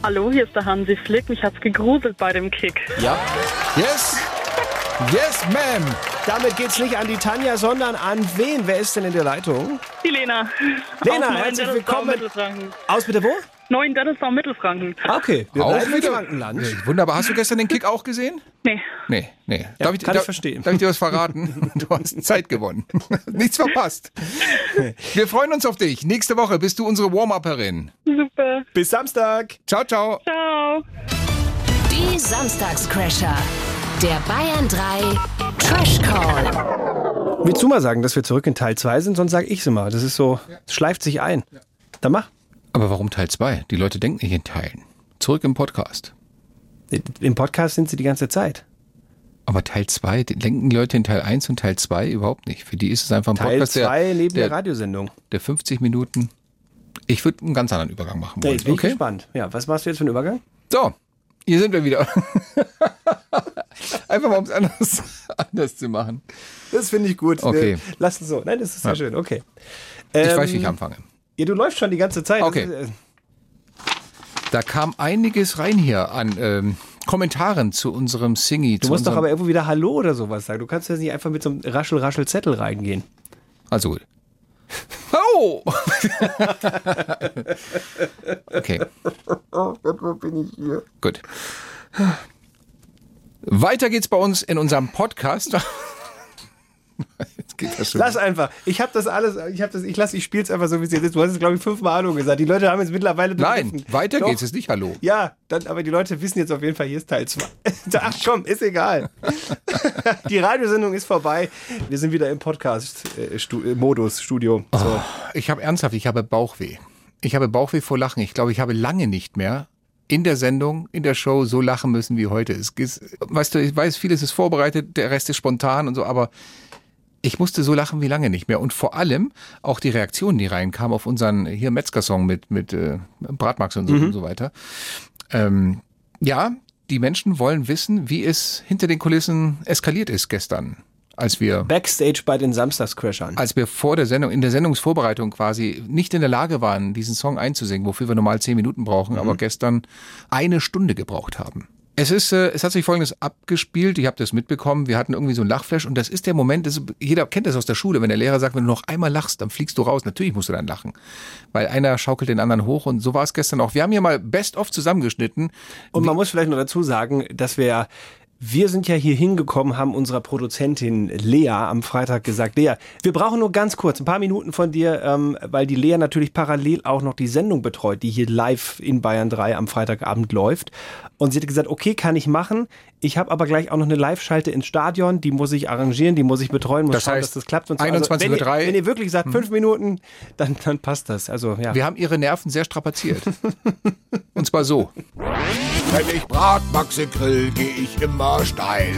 S17: Hallo, hier ist der Hansi Flick. Mich hat's gegruselt bei dem Kick.
S4: Ja.
S3: Yes! Yes, ma'am!
S4: Damit geht's nicht an die Tanja, sondern an wen? Wer ist denn in der Leitung?
S17: Die Lena.
S4: Lena,
S17: Aus Neuen
S4: herzlich
S17: Dettelsau,
S4: willkommen.
S17: Mittelfranken.
S4: Aus bitte wo? Ah,
S17: Neuen Dettelsau, Mittelfranken.
S4: Okay, wir
S3: Auch
S4: bleiben im
S3: wieder?
S4: Frankenland.
S3: Wunderbar. Hast du gestern den Kick auch gesehen?
S17: Nee.
S3: Nee, nee. darf ich,
S4: kann ich
S3: darf,
S4: verstehen.
S3: Darf ich dir was verraten? Du hast Zeit gewonnen. Nichts verpasst. Wir freuen uns auf dich. Nächste Woche bist du unsere Warm-Upperin.
S17: Super.
S4: Bis Samstag.
S3: Ciao, ciao.
S17: Ciao.
S2: Die Samstagscrasher. Der Bayern 3 Trash Call.
S4: Willst du mal sagen, dass wir zurück in Teil 2 sind? Sonst sage ich's immer. Das ist so, es schleift sich ein. Dann mach.
S3: Aber warum Teil 2? Die Leute denken nicht in Teilen. Zurück im Podcast.
S4: Im Podcast sind sie die ganze Zeit.
S3: Aber Teil 2, denken die Leute in Teil 1 und Teil 2 überhaupt nicht. Für die ist es einfach ein
S4: Teil
S3: Podcast,
S4: 2
S3: der,
S4: neben der,
S3: der,
S4: Radiosendung.
S3: der 50 Minuten. Ich würde einen ganz anderen Übergang machen
S4: Ja,
S3: wollen.
S4: jetzt bin ich
S3: okay?
S4: gespannt. Ja, was machst du jetzt für einen Übergang?
S3: So, hier sind wir wieder. Einfach mal, um es anders, anders zu machen.
S4: Das finde ich gut.
S3: Okay.
S4: Wir Lassen so. Nein, das ist sehr
S3: Ja.
S4: schön. Okay.
S3: ich weiß, wie
S4: Ähm,
S3: ich anfange.
S4: Ja, du läufst schon die ganze Zeit. Das
S3: Okay.
S4: Ist, äh,
S3: Da kam einiges rein hier an ähm, Kommentaren zu unserem Singy.
S4: du
S3: zu
S4: musst doch
S3: unserem-
S4: aber irgendwo wieder Hallo oder sowas sagen. Du kannst jetzt nicht einfach mit so einem Raschel-Raschel-Zettel reingehen.
S3: Also gut. Oh! okay.
S4: Oh Wo bin ich hier?
S3: Gut. Weiter geht's bei uns in unserem Podcast. Jetzt geht das schon.
S4: Lass einfach. Ich habe das alles, ich habe das, ich lass, ich spiel's einfach so, wie es jetzt ist. Du hast es, glaube ich, fünfmal Hallo gesagt. Die Leute haben jetzt mittlerweile
S3: Nein,
S4: begriffen.
S3: weiter
S4: Doch.
S3: geht's. Ist nicht Hallo.
S4: Ja, dann, aber die Leute wissen jetzt auf jeden Fall, hier ist Teil 2. Ach komm, ist egal. die Radiosendung ist vorbei. Wir sind wieder im Podcast-Modus, Studio. So.
S3: Ich habe ernsthaft, ich habe Bauchweh. Ich habe Bauchweh vor Lachen. Ich glaube, ich habe lange nicht mehr in der Sendung, in der Show so lachen müssen wie heute. Es ist, weißt du, ich weiß, vieles ist vorbereitet, der Rest ist spontan und so, aber ich musste so lachen wie lange nicht mehr. Und vor allem auch die Reaktionen, die reinkamen auf unseren hier Metzger-Song mit, mit äh, Bratmax und so, und so weiter. Ähm, ja, die Menschen wollen wissen, wie es hinter den Kulissen eskaliert ist gestern, als wir
S4: Backstage bei den Samstagscrashern.
S3: als wir vor der Sendung, in der Sendungsvorbereitung quasi nicht in der Lage waren, diesen Song einzusingen, wofür wir normal zehn Minuten brauchen,
S4: Mhm.
S3: aber gestern eine Stunde gebraucht haben. Es ist, äh, es hat sich folgendes abgespielt, ich habe das mitbekommen, wir hatten irgendwie so ein Lachflash und das ist der Moment, das, jeder kennt das aus der Schule, wenn der Lehrer sagt, wenn du noch einmal lachst, dann fliegst du raus, natürlich musst du dann lachen, weil einer schaukelt den anderen hoch und so war es gestern auch. Wir haben hier mal best of zusammengeschnitten,
S4: Und man muss vielleicht noch dazu sagen, dass wir ja- wir sind ja hier hingekommen, haben unserer Produzentin Lea am Freitag gesagt, Lea, wir brauchen nur ganz kurz ein paar Minuten von dir, ähm, weil die Lea natürlich parallel auch noch die Sendung betreut, die hier live in Bayern 3 am Freitagabend läuft. Und sie hat gesagt, okay, kann ich machen. Ich habe aber gleich auch noch eine Live-Schalte ins Stadion, die muss ich arrangieren, die muss ich betreuen, muss
S3: Das
S4: schauen,
S3: heißt,
S4: dass das klappt. Und so. also, wenn,
S3: 21:03
S4: ihr, wenn ihr wirklich sagt, fünf Minuten, dann, dann passt das. Also ja.
S3: Hm. wir haben ihre Nerven sehr strapaziert. und zwar so.
S11: Wenn ich Bratmaxe grill, gehe ich immer steil.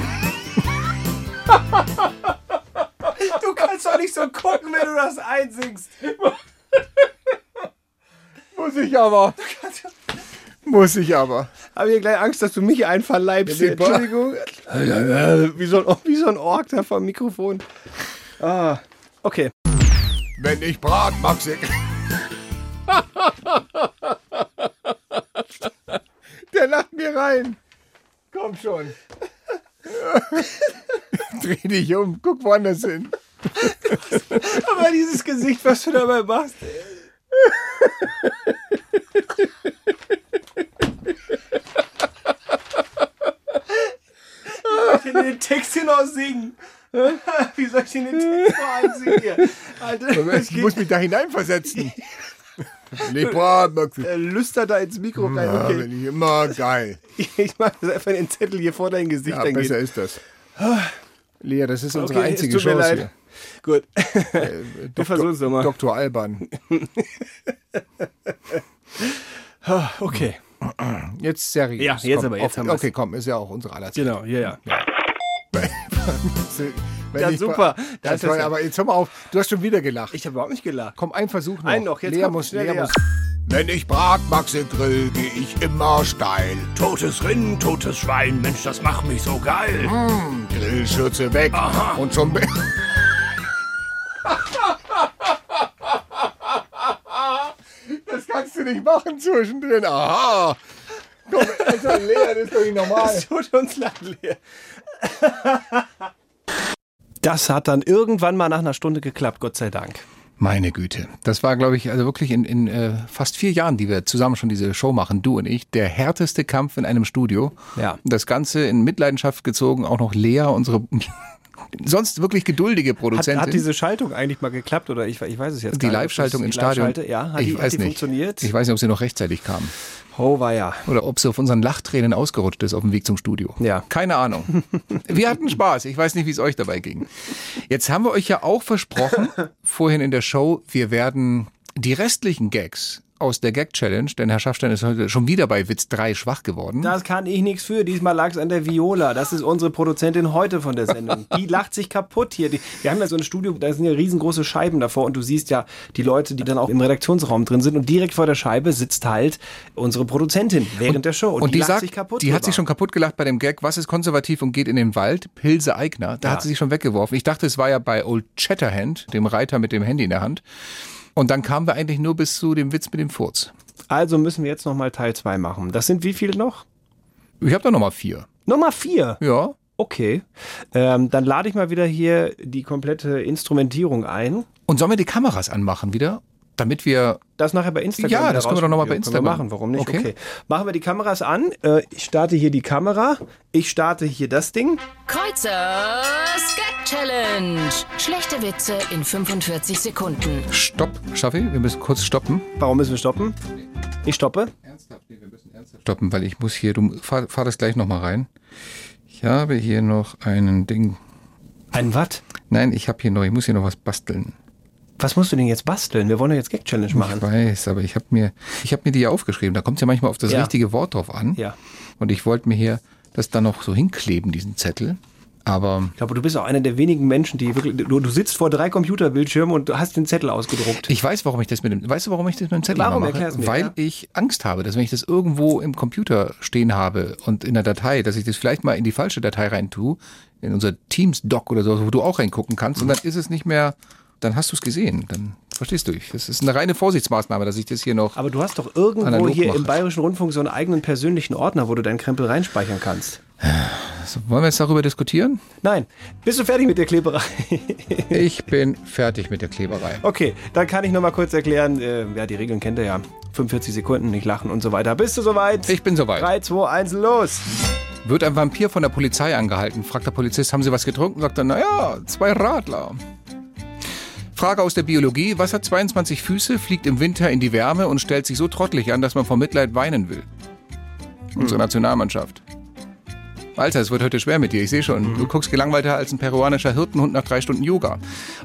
S4: Du kannst doch nicht so gucken, wenn du das einsingst.
S3: Muss ich aber. Muss ich aber.
S4: Habe hier gleich Angst, dass du mich einverleibst.
S3: Ja, nee, boah.
S4: Entschuldigung. Wie so ein, wie so ein Ork da vom Mikrofon. Ah, okay.
S11: Wenn ich Bratmaxe grill.
S3: Der lacht mir rein. Komm schon. Dreh dich um, guck woanders hin.
S4: Aber dieses Gesicht, was du dabei machst. Ich kann den Text hier noch singen. Wie soll ich denn den Text noch einsingen hier? Alter, das
S3: Ich muss
S4: geht,
S3: mich da hineinversetzen. Wenn ich Bratmaxe.
S4: äh, lüstert da ins Mikro rein.
S3: Ja,
S4: Okay.
S3: bin ich immer geil.
S4: Ich mache das einfach den Zettel hier vor dein Gesicht.
S3: Ja,
S4: dann
S3: besser
S4: geht.
S3: ist das. Lea, das ist unsere
S4: Okay, es
S3: einzige
S4: tut mir
S3: Chance
S4: leid.
S3: hier.
S4: Gut.
S3: Wir
S4: versuchen's nochmal.
S3: Dr. Alban.
S4: Okay.
S3: Jetzt seriös.
S4: Ja, jetzt
S3: komm,
S4: aber, jetzt
S3: auf,
S4: haben wir's.
S3: Okay, komm, ist ja auch unsere aller Zeit.
S4: Genau, ja, ja.
S3: Wenn
S4: Genau. Ja,
S3: ich-
S4: super. Das
S3: Das
S4: ist
S3: war,
S4: ja-
S3: aber jetzt hör mal auf. Du hast schon wieder gelacht.
S4: Ich habe überhaupt nicht gelacht.
S3: Komm, ein Versuch noch.
S4: Einen noch, jetzt
S3: Lea
S4: kommt
S3: muss,
S4: schnell
S3: Lea
S4: her.
S3: muss.
S11: Wenn ich Bratmaxe grill, gehe ich immer steil.
S12: Totes Rind, totes Schwein, Mensch, das macht mich so geil.
S3: Mm.
S11: Grillschürze weg und schon bin
S3: Das kannst du nicht machen zwischendrin. Aha. Also, Lea, das ist doch nicht normal.
S4: Es tut uns leid, Lea. Das hat dann irgendwann mal nach einer Stunde geklappt, Gott sei Dank.
S3: Meine Güte. Das war, glaube ich, also wirklich in, in äh, fast vier Jahren, die wir zusammen schon diese Show machen, du und ich, der härteste Kampf in einem Studio.
S4: Ja.
S3: Das Ganze in Mitleidenschaft gezogen, auch noch Lea, unsere sonst wirklich geduldige
S4: Hat,
S3: Produzentin.
S4: hat diese Schaltung eigentlich mal geklappt oder ich, ich weiß es jetzt
S3: die
S4: gar nicht.
S3: Live-Schaltung
S4: Die
S3: im Stadion.
S4: Live-Schalte, Ja, hat
S3: ich
S4: die,
S3: weiß
S4: hat die
S3: nicht.
S4: funktioniert?
S3: Ich weiß nicht, ob sie noch rechtzeitig kam.
S4: Oh, war ja.
S3: Oder ob sie auf unseren Lachtränen ausgerutscht ist auf dem Weg zum Studio.
S4: Ja.
S3: Keine Ahnung. Wir hatten Spaß. Ich weiß nicht, wie es euch dabei ging. Jetzt haben wir euch ja auch versprochen, vorhin in der Show, wir werden die restlichen Gags aus der Gag Challenge, denn Herr Schaffstein ist heute schon wieder bei Witz 3 schwach geworden.
S4: Das kann ich nichts für. Diesmal lag es an der Viola. Das ist unsere Produzentin heute von der Sendung. Die lacht sich kaputt hier. Die, wir haben ja so ein Studio, da sind ja riesengroße Scheiben davor und du siehst ja die Leute, die dann auch im Redaktionsraum drin sind und direkt vor der Scheibe sitzt halt unsere Produzentin während der Show. Und,
S3: Und die,
S4: lacht
S3: sagt,
S4: sich kaputt.
S3: die hat
S4: drüber.
S3: sich schon kaputt gelacht bei dem Gag, was ist konservativ und geht in den Wald? Pilze Eigner. Da
S4: Ja.
S3: hat sie sich schon weggeworfen. Ich dachte, es war ja bei Old Shatterhand, dem Reiter mit dem Handy in der Hand. Und dann kamen wir eigentlich nur bis zu dem Witz mit dem Furz.
S4: Also müssen wir jetzt nochmal Teil 2 machen. Das sind wie viele noch?
S3: Ich habe da nochmal vier.
S4: Nummer vier.
S3: Ja.
S4: Okay. Ähm, dann lade ich mal wieder hier die komplette Instrumentierung ein.
S3: Und sollen wir die Kameras anmachen wieder? Damit wir.
S4: Das nachher bei Instagram.
S3: Ja, das
S4: wieder
S3: können wir doch noch mal
S4: rausprobieren. Können
S3: bei Instagram.
S4: Wir machen, warum nicht?
S3: Okay.
S4: Okay. Machen wir die Kameras an. Äh, ich starte hier die Kamera. Ich starte hier das Ding.
S2: Kreuzers Gag Challenge. Schlechte Witze in 45 Sekunden.
S3: Stopp, Schaffi, wir müssen kurz stoppen.
S4: Warum müssen wir stoppen? Ich stoppe.
S3: Stoppen, weil ich muss hier, du fahr, fahr das gleich nochmal rein. Ich habe hier noch einen Ding.
S4: Ein was?
S3: Nein, ich habe hier noch, ich muss hier noch was basteln.
S4: Was musst du denn jetzt basteln? Wir wollen ja jetzt Gag Challenge machen.
S3: Ich weiß, aber ich habe mir, ich habe mir die ja aufgeschrieben. Da kommt ja manchmal auf das
S4: Ja.
S3: richtige Wort drauf an.
S4: Ja.
S3: Und ich wollte mir hier das dann noch so hinkleben, diesen Zettel. Aber
S4: Ich glaube, du bist auch einer der wenigen Menschen, die wirklich. Du, du sitzt vor drei Computerbildschirmen und du hast den Zettel ausgedruckt.
S3: ich weiß, warum ich das mit dem, weißt du, warum ich das mit dem Zettel
S4: Warum?
S3: immer
S4: Erklär's
S3: mache?
S4: mir,
S3: Weil
S4: ja.
S3: ich Angst habe, dass wenn ich das irgendwo im Computer stehen habe und in der Datei, dass ich das vielleicht mal in die falsche Datei rein tue, in unser Teams-Doc oder so, wo du auch reingucken kannst und dann ist es nicht mehr, dann hast du es gesehen. Dann verstehst du. ich. Das ist eine reine Vorsichtsmaßnahme, dass ich das hier noch.
S4: Aber du hast doch irgendwo
S3: Analog
S4: hier
S3: mache.
S4: im Bayerischen Rundfunk so einen eigenen persönlichen Ordner, wo du deinen Krempel reinspeichern kannst.
S3: So, wollen wir jetzt darüber diskutieren?
S4: Nein. Bist du fertig mit der Kleberei?
S3: Ich bin fertig mit der Kleberei.
S4: Okay, dann kann ich noch mal kurz erklären, äh, ja, die Regeln kennt ihr ja. 45 Sekunden, nicht lachen und so weiter. Bist du soweit?
S3: Ich bin soweit.
S4: 3, 2, 1, los!
S3: Wird ein Vampir von der Polizei angehalten, fragt der Polizist, haben Sie was getrunken? Sagt er, naja, zwei Radler. Frage aus der Biologie, was hat 22 Füße, fliegt im Winter in die Wärme und stellt sich so trottelig an, dass man vor Mitleid weinen will? Unsere Nationalmannschaft. Alter, es wird heute schwer mit dir, ich sehe schon. Du guckst gelangweilter als ein peruanischer Hirtenhund nach drei Stunden Yoga.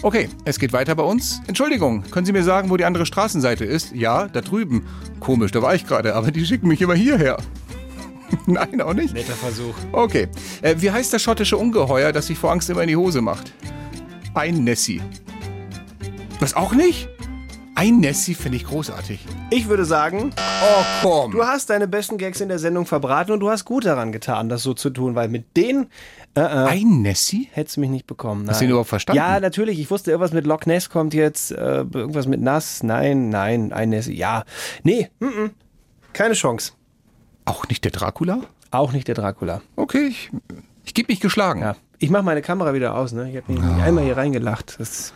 S3: Okay, es geht weiter bei uns. Entschuldigung, können Sie mir sagen, wo die andere Straßenseite ist? Ja, da drüben. Komisch, da war ich gerade, aber die schicken mich immer hierher. Nein, auch nicht.
S4: Netter Versuch.
S3: Okay. Äh, wie heißt das schottische Ungeheuer, das sich vor Angst immer in die Hose macht? Ein Nessie. Was auch nicht? Ein Nessie finde ich großartig.
S4: Ich würde sagen,
S3: Oh, komm.
S4: du hast deine besten Gags in der Sendung verbraten und du hast gut daran getan, das so zu tun, weil mit denen
S3: Ein Nessie?
S4: hättest du mich nicht bekommen.
S3: Hast du ihn
S4: Nein.
S3: überhaupt verstanden?
S4: Ja, natürlich. Ich wusste, irgendwas mit Loch Ness kommt jetzt. Äh, irgendwas mit Nass. Nein, nein, ein Ness. Ja. Nee, mm -mm. keine Chance.
S3: Auch nicht der Dracula?
S4: Auch nicht der Dracula.
S3: Okay, ich, ich gebe mich geschlagen.
S4: Ja. Ich mache meine Kamera wieder aus. Ne? Ich habe mich
S3: Ah.
S4: nicht einmal hier reingelacht. Das,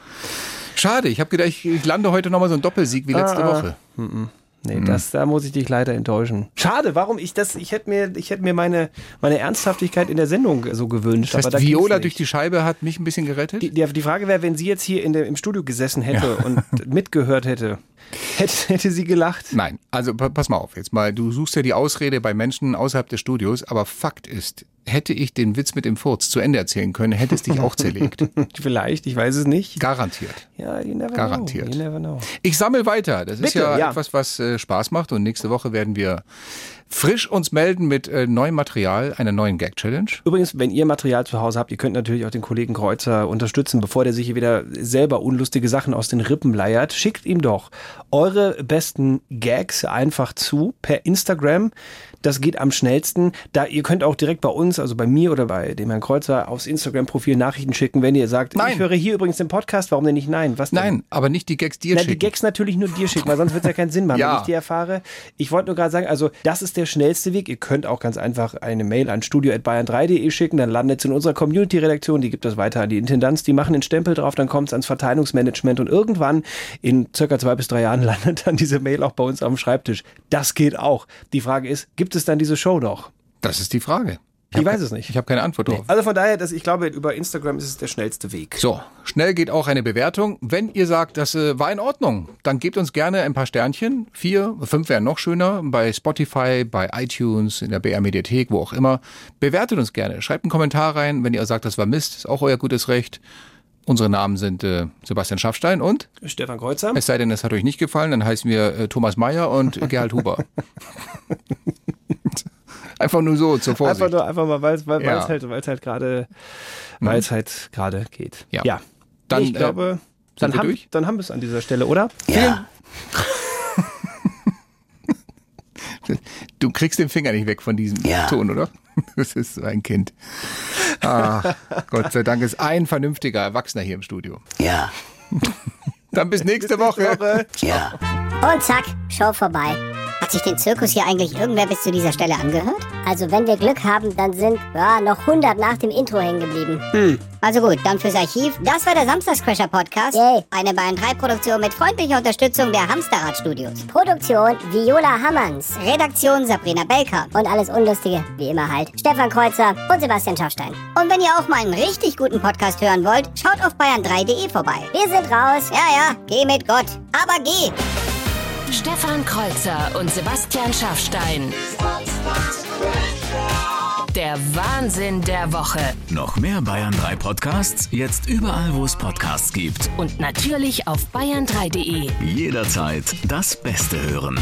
S3: Schade, ich habe gedacht, ich, ich lande heute nochmal so einen Doppelsieg wie letzte
S4: Ah, ah.
S3: Woche.
S4: nee, das, da muss ich dich leider enttäuschen. Mhm. Schade, warum ich das? Ich hätte mir, ich hätte mir meine, meine Ernsthaftigkeit in der Sendung so gewünscht.
S3: Das
S4: aber da
S3: heißt,
S4: ging's
S3: Viola
S4: nicht.
S3: durch die Scheibe hat mich ein bisschen gerettet?
S4: Die, die, die Frage wäre, wenn sie jetzt hier in der, im Studio gesessen hätte und mitgehört hätte, hätte, hätte sie gelacht.
S3: Nein, also pa- pass mal auf jetzt mal. Du suchst ja die Ausrede bei Menschen außerhalb des Studios, aber Fakt ist, hätte ich den Witz mit dem Furz zu Ende erzählen können, hätte es dich auch zerlegt.
S4: Hm. Vielleicht, ich weiß es nicht.
S3: Garantiert.
S4: Ja, you never
S3: Garantiert.
S4: know. You never know.
S3: Ich sammle weiter. Das ist
S4: Bitte,
S3: ja,
S4: ja.
S3: etwas, was äh, Spaß macht. Und nächste Woche werden wir frisch uns melden mit äh, neuem Material, einer neuen Gag-Challenge.
S4: Übrigens, wenn ihr Material zu Hause habt, ihr könnt natürlich auch den Kollegen Kreuzer unterstützen, bevor der sich hier wieder selber unlustige Sachen aus den Rippen leiert. Schickt ihm doch eure besten Gags einfach zu per Instagram. Das geht am schnellsten. Da ihr könnt auch direkt bei uns, also bei mir oder bei dem Herrn Kreuzer, aufs Instagram-Profil Nachrichten schicken, wenn ihr sagt,
S3: Nein.
S4: ich höre hier übrigens den Podcast, warum denn nicht nein? Was denn?
S3: Nein, aber nicht die Gags dir
S4: Na, die
S3: schicken.
S4: Gags natürlich nur dir schicken, weil sonst wird es ja keinen Sinn machen,
S3: Ja.
S4: wenn ich die erfahre. Ich wollte nur gerade sagen, also das ist der der schnellste Weg. Ihr könnt auch ganz einfach eine Mail an studio.bayern3.de schicken, dann landet es in unserer Community-Redaktion, die gibt das weiter an die Intendanz, die machen den Stempel drauf, dann kommt es ans Verteilungsmanagement und irgendwann in circa zwei bis drei Jahren landet dann diese Mail auch bei uns am Schreibtisch. Das geht auch. Die Frage ist, gibt es dann diese Show noch?
S3: Das ist die Frage.
S4: Ich, weiß es nicht.
S3: Ich habe keine Antwort drauf.
S4: Also von daher, dass ich glaube, über Instagram ist es der schnellste Weg.
S3: So, schnell geht auch eine Bewertung. Wenn ihr sagt, das äh, war in Ordnung, dann gebt uns gerne ein paar Sternchen. Vier, fünf wären noch schöner. Bei Spotify, bei iTunes, in der BR Mediathek, wo auch immer. Bewertet uns gerne. Schreibt einen Kommentar rein. Wenn ihr sagt, das war Mist, ist auch euer gutes Recht. Unsere Namen sind äh, Sebastian Schaffstein und?
S4: Stefan Kreuzer.
S3: Es sei denn, es hat euch nicht gefallen, dann heißen wir äh, Thomas Mayer und Gerald Huber. Einfach nur so zur Vorsicht.
S4: Einfach nur einfach mal, weil es weil,
S3: Ja.
S4: weil es halt, weil es halt gerade
S3: Mhm.
S4: weil es halt gerade geht.
S3: Ja. Dann,
S4: Dann, ich
S3: äh,
S4: glaube,
S3: sind
S4: dann
S3: wir
S4: haben,
S3: durch?
S4: dann haben wir es an dieser Stelle, oder?
S13: Ja.
S3: Du kriegst den Finger nicht weg von diesem
S13: Ja.
S3: Ton, oder? Das ist so ein Kind. Ah, Gott sei Dank ist ein vernünftiger Erwachsener hier im Studio.
S13: Ja.
S3: Dann bis nächste Woche.
S13: Ja.
S18: Und zack, Show vorbei. Hat sich den Zirkus hier eigentlich irgendwer bis zu dieser Stelle angehört? Also wenn wir Glück haben, dann sind ja, noch 100 nach dem Intro hängen geblieben.
S19: Hm.
S18: Also gut, dann fürs Archiv. Das war der Samstagscrasher Podcast. Eine Bayern 3 Produktion mit freundlicher Unterstützung der Hamsterrad Studios. Produktion Viola Hammerns. Redaktion Sabrina Belka. Und alles Unlustige, wie immer halt. Stefan Kreuzer und Sebastian Schaffstein. Und wenn ihr auch mal einen richtig guten Podcast hören wollt, schaut auf bayern3.de vorbei. Wir sind raus. Ja, ja, geh mit Gott. Aber geh!
S2: Stefan Kreuzer und Sebastian Schaffstein. Der Wahnsinn der Woche.
S1: Noch mehr Bayern 3 Podcasts, jetzt überall, wo es Podcasts gibt.
S2: Und natürlich auf bayern3.de.
S1: Jederzeit das Beste hören.